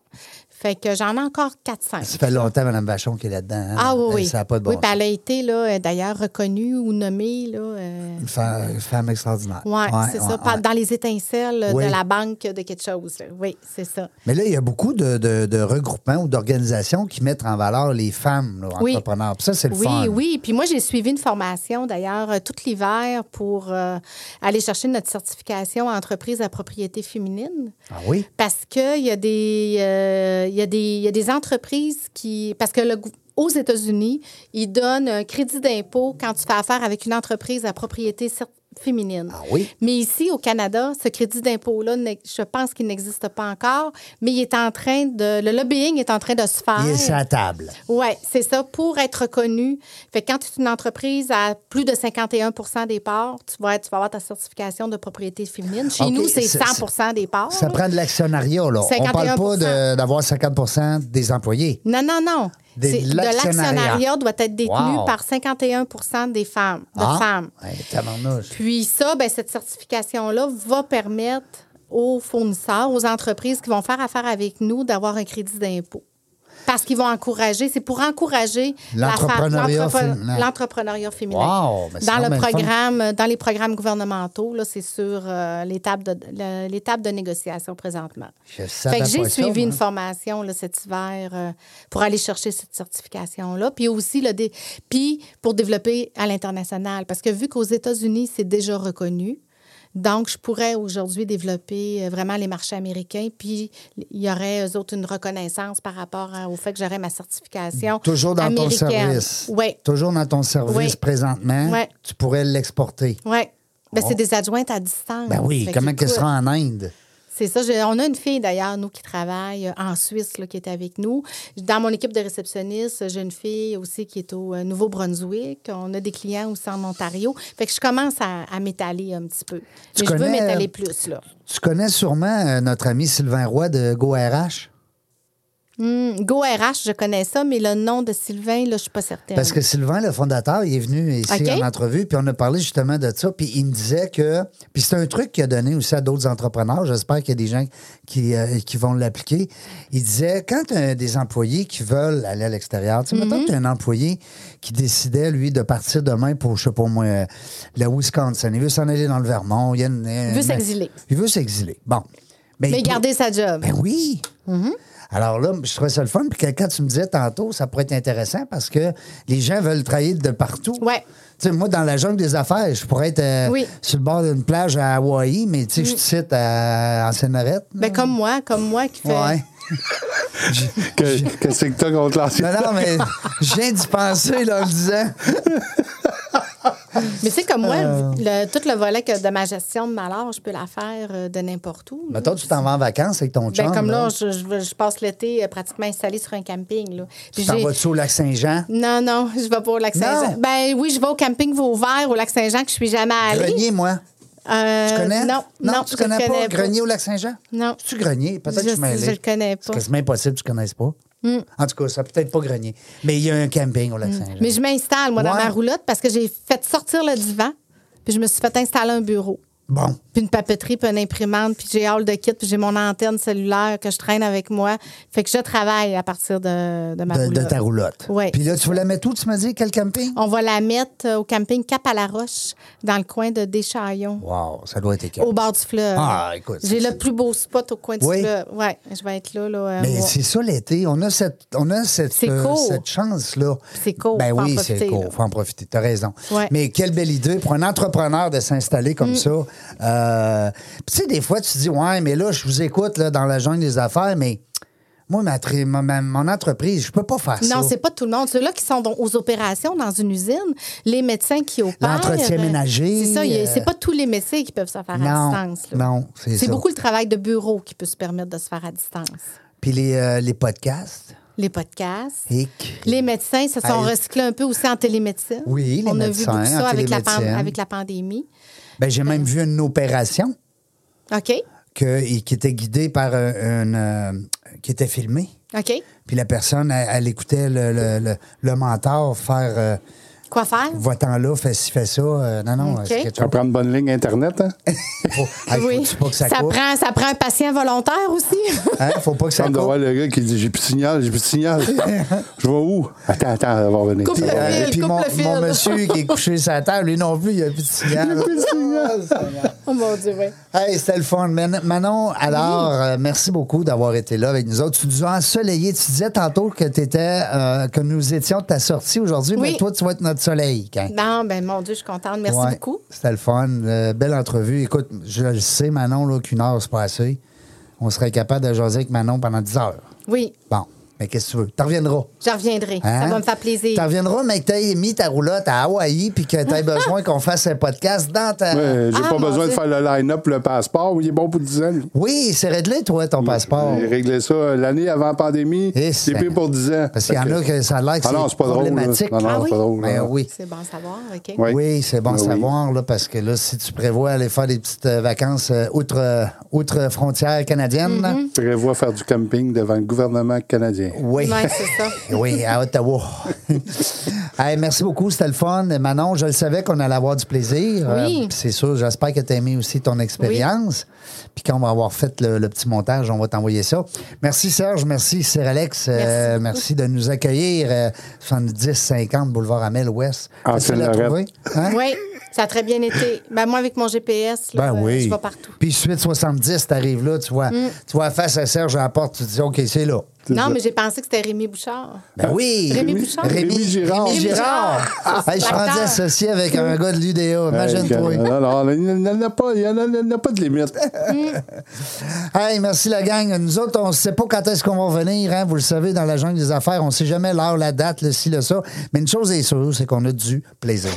Fait que j'en ai encore 4-5. Ça fait longtemps, Mme Vachon, qui est là-dedans. hein. Ah oui, Elle, oui. Ça n'a pas de bon oui, sens. puis elle a été, là, euh, d'ailleurs, reconnue ou nommée, là. euh, Une femme, une femme extraordinaire. ouais, c'est ouais, ça, ouais. par- dans les étincelles euh, Oui. de la banque de quelque chose. là. Oui, c'est ça. Mais là, il y a beaucoup de, de- de regroupements ou d'organisations qui mettent en valeur les femmes là, Oui. entrepreneurs. Puis ça, c'est le Oui, fun. oui. Puis moi, j'ai suivi une formation, d'ailleurs, euh, tout l'hiver pour euh, aller chercher notre certification entreprise à propriété féminine. Ah oui? Parce qu'il y, a des, euh, il y, a des- il y a des entreprises qui. Parce que le gou- aux États-Unis, ils donnent un crédit d'impôt quand tu fais affaire avec une entreprise à propriété cer- féminine. Ah oui? Mais ici, au Canada, ce crédit d'impôt-là, n'ex- je pense qu'il n'existe pas encore, mais il est en train de. Le lobbying est en train de se faire. Il est sur la table. Oui, c'est ça, pour être reconnu. Fait que quand tu es une entreprise à plus de 51 des parts, tu vas, être- tu vas avoir ta certification de propriété féminine. Chez OK, nous, c'est ça- 100 des parts. Ça là. prend de l'actionnariat, là. On parle pas de- 51%. d'avoir 50 des employés. Non, non, non. Des- C'est- de de l'actionnariat. l'actionnariat doit être détenu Wow. par 51 des femmes, de Ah? femmes. Ouais, tabarnouche. Puis ça, ben, cette certification-là va permettre aux fournisseurs, aux entreprises qui vont faire affaire avec nous d'avoir un crédit d'impôt. Parce qu'ils vont encourager, c'est pour encourager la femme- L'entrepreneuriat l'entrepre- féminin. l'entrepreneuriat féminin. Wow, mais c'est dans donc le bien le fun. programme, dans les programmes gouvernementaux, là, c'est sur euh, l'étape de le- l'étape de négociation présentement. Je savais Fait que j'ai pas ça, suivi moi. une formation là, cet hiver euh, pour aller chercher cette certification-là. Puis aussi, le dé- puis pour développer à l'international. Parce que vu qu'aux États-Unis, c'est déjà reconnu, donc je pourrais aujourd'hui développer euh, vraiment les marchés américains. Puis il y aurait, eux autres, une reconnaissance par rapport à- au fait que j'aurais ma certification Toujours dans ton américaine. service. Oui, Toujours dans ton service Oui. présentement. Ouais. Tu pourrais l'exporter. oui. Ben, Bon. C'est des adjointes à distance. Ben oui, Fait comment qu'elle qu'écoute, sera en Inde? C'est ça. J'ai- on a une fille, d'ailleurs, nous, qui travaille euh, en Suisse, là, qui est avec nous. Dans mon équipe de réceptionnistes, j'ai une fille aussi qui est au euh, Nouveau-Brunswick. On a des clients aussi en Ontario. Fait que je commence à, à m'étaler un petit peu. Tu Mais je connais, veux euh, m'étaler plus, là. Tu connais sûrement euh, notre ami Sylvain Roy de GoRH. Hum, Go RH, je connais ça, mais le nom de Sylvain, là, je suis pas certaine. Parce que Sylvain, le fondateur, il est venu ici OK. en entrevue, puis on a parlé justement de ça, puis il me disait que... Puis c'est un truc qu'il a donné aussi à d'autres entrepreneurs, j'espère qu'il y a des gens qui, euh, qui vont l'appliquer. Il disait, quand tu as des employés qui veulent aller à l'extérieur, tu sais, mettons Mhm. que tu as un employé qui décidait, lui, de partir demain pour, je sais pas moi, euh, la Wisconsin, il veut s'en aller dans le Vermont, il, y a une- Il veut une- s'exiler. Il veut s'exiler, bon. Ben, mais il peut- garder sa job. ben oui. Mhm. Alors là, je trouvais ça le fun. Puis que- quand tu me disais tantôt, ça pourrait être intéressant parce que les gens veulent travailler de partout. Ouais. Tu sais, moi, dans la jungle des affaires, je pourrais être euh, Oui. Mm. sur le bord d'une plage à Hawaï, mais tu sais, je te cite à, en Sénarette. Ben, comme moi, comme moi qui fait. Ouais. Que- [laughs] Qu'est-ce que t'as contre l'ancien? Non, non, mais je viens d'y penser, là, en le disant. Mais c'est comme moi, Euh. le- tout le volet que de ma gestion de malheur, je peux la faire euh, de n'importe où. là. Mettons, tu t'en vas en vacances avec ton chum. Ben, comme là, là. je, je- je passe l'été euh, pratiquement installée sur un camping. Là. Puis Tu t'en j'ai- vas-tu au Lac-Saint-Jean? Non, non, [laughs] je vais pas au lac Saint-Jean. Non. Ben oui, je vais au camping Vauvert, au lac Saint-Jean, que je suis jamais allée. Grenier, moi. Euh, Tu connais? Non, non, tu je le connais, pas connais Grenier au Lac-Saint-Jean? Non. Tu grenier? Peut-être que je Je- suis mêlé. je le connais pas. Hmm. C'est quasiment impossible que tu ne connaisses pas. En tout cas, ça peut-être pas grenier. Mais il y a un camping au Lac-Saint-Jean. Mais je m'installe, moi, dans Ouais. ma roulotte parce que j'ai fait sortir le divan, puis je me suis fait installer un bureau. Bon. Puis une papeterie, puis une imprimante, puis j'ai hall de kit, puis j'ai mon antenne cellulaire que je traîne avec moi. Fait que je travaille à partir de, de ma De, de roulotte. ta roulotte. Ouais. Oh. Puis là, tu veux la mettre où, tu m'as dit? Quel camping? On va la mettre euh, au camping Cap à la Roche, dans le coin de Deschaillons, Wow, ça doit être écœurant. au bord du fleuve. Ah, écoute, J'ai c'est- le plus beau spot au coin du Oui. fleuve. Oui, je vais être là. là euh, Mais moi. c'est ça l'été. On a cette, on a cette, C'est euh, court. cette chance-là. C'est court, Ben faut en oui, profiter, c'est court. là. faut en profiter. T'as raison. Ouais. Mm. Mais quelle belle idée pour un entrepreneur de s'installer comme ça. Euh, puis tu sais, des fois, tu dis, ouais, mais là, je vous écoute là, dans la jungle des affaires, mais moi, ma, tri- ma- ma- mon entreprise, je peux pas faire ça. non, c'est pas tout le monde. Ceux-là qui sont dans- aux opérations dans une usine, les médecins qui opèrent. L'entretien euh, ménager, C'est ça, il y a- euh, c'est pas tous les médecins qui peuvent se faire Non, à distance. là. non, c'est ça. C'est beaucoup le travail de bureau qui peut se permettre de se faire à distance. Puis les, euh, les podcasts. Les podcasts. Hic. Les médecins se sont Hey. recyclés un peu aussi en télémédecine. Oui, les On médecins, a vu beaucoup en ça avec la, pan- télémédecine. avec la pandémie. Ben, j'ai même vu une opération OK? que, et qui était guidée par euh, une. euh, qui était filmée. OK? Puis la personne, elle, elle écoutait le, le, le- le mentor faire euh, Quoi faire? Va-t'en là, fais ci, fais ça. Euh, non, non, Ok. c'est quelque Tu vas chose. prendre bonne ligne Internet, hein? Faut, hey, faut-tu pas que ça, coupe? prend, ça prend un patient volontaire aussi. [laughs] Hein, faut pas que ça Comme de coupe. voir le gars qui dit J'ai plus de signal, j'ai plus [laughs] de signal. Je vais où? Attends, attends, elle va revenir. Coupe Elle va le revenir. fil. puis coupe mon, le fil. mon monsieur qui est couché sur la table, lui non plus, il a plus de signal. oh mon Dieu, oui. Hey, c'était le fun. Man- Manon, alors, euh, merci beaucoup d'avoir été là avec nous autres. Tu nous as ensoleillé. Tu disais tantôt que, t'étais, euh, que nous étions de ta sortie aujourd'hui, Oui. mais toi, tu vas être notre soleil. Quand? Non, ben mon Dieu, je suis contente. Merci Ouais, beaucoup. C'était le fun. Euh, belle entrevue. Écoute, je le sais, Manon, là, qu'une heure, c'est pas assez. On serait capable de jaser avec Manon pendant 10 heures. Oui, Bon, mais qu'est-ce que tu veux? T'en reviendras. je reviendrai. Ça hein? va me faire plaisir. T'en reviendras, mais que t'aies mis ta roulotte à Hawaï puis que t'aies besoin qu'on fasse un podcast dans ta. Ouais, J'ai Ah, pas mon besoin de Dieu. faire le line-up, le passeport. Il est bon pour 10 ans. lui. Oui, c'est réglé, toi, ton passeport. J'ai réglé ça euh, l'année avant la pandémie. Eh, J'ai pris pour 10 ans. Parce qu'il y Fait en a que ça a l'air que Ah non, c'est c'est pas drôle. là. problématique. Non, non, Ah c'est oui? pas drôle. Ben non. oui. C'est bon à savoir, OK? Ouais. Oui, c'est bon Ben à oui. savoir, là, parce que là, si tu prévois aller faire des petites euh, vacances euh, outre, euh, outre frontières canadiennes, Mm-hmm. là, Je prévois faire du camping devant le gouvernement canadien. oui. Ouais, c'est ça. [laughs] oui, à [laughs] Ottawa. Hey, merci beaucoup, c'était le fun. Manon, je le savais qu'on allait avoir du plaisir. Euh, Oui. puis c'est sûr, j'espère que tu as aimé aussi ton expérience. Puis quand on va avoir fait le, le petit montage, on va t'envoyer ça. Merci Serge, merci Sir Alex. Euh, Merci merci de nous accueillir. euh, 70-50 Boulevard Amel Ouest. Facile à Ancienne trouver, hein? Oui, ça a très bien été. Ben, moi, avec mon GPS, là, Ben euh, oui. je vais partout. Mm. Puis suite 70, t'arrives là, tu vois, tu vois face à Serge à la porte, tu te dis OK, c'est là. Non, mais j'ai pensé que c'était Rémi Bouchard. Ben oui. Rémi Bouchard. Rémi Rémi Girard. Rémi Rémi Girard. Mm. Girard. Hey, je suis rendu L'acteur. associé avec un gars de l'UDA. Imagine-toi. Hey, non, non, Ben, il n'y en a pas, il y en a- il y en a pas de limite. Hey, merci la gang. Nous autres, on ne sait pas quand est-ce qu'on va venir. hein. Vous le savez, dans la jungle des affaires, on ne sait jamais l'heure, la date, le ci, le ça. Mais une chose est sûre, c'est qu'on a du plaisir.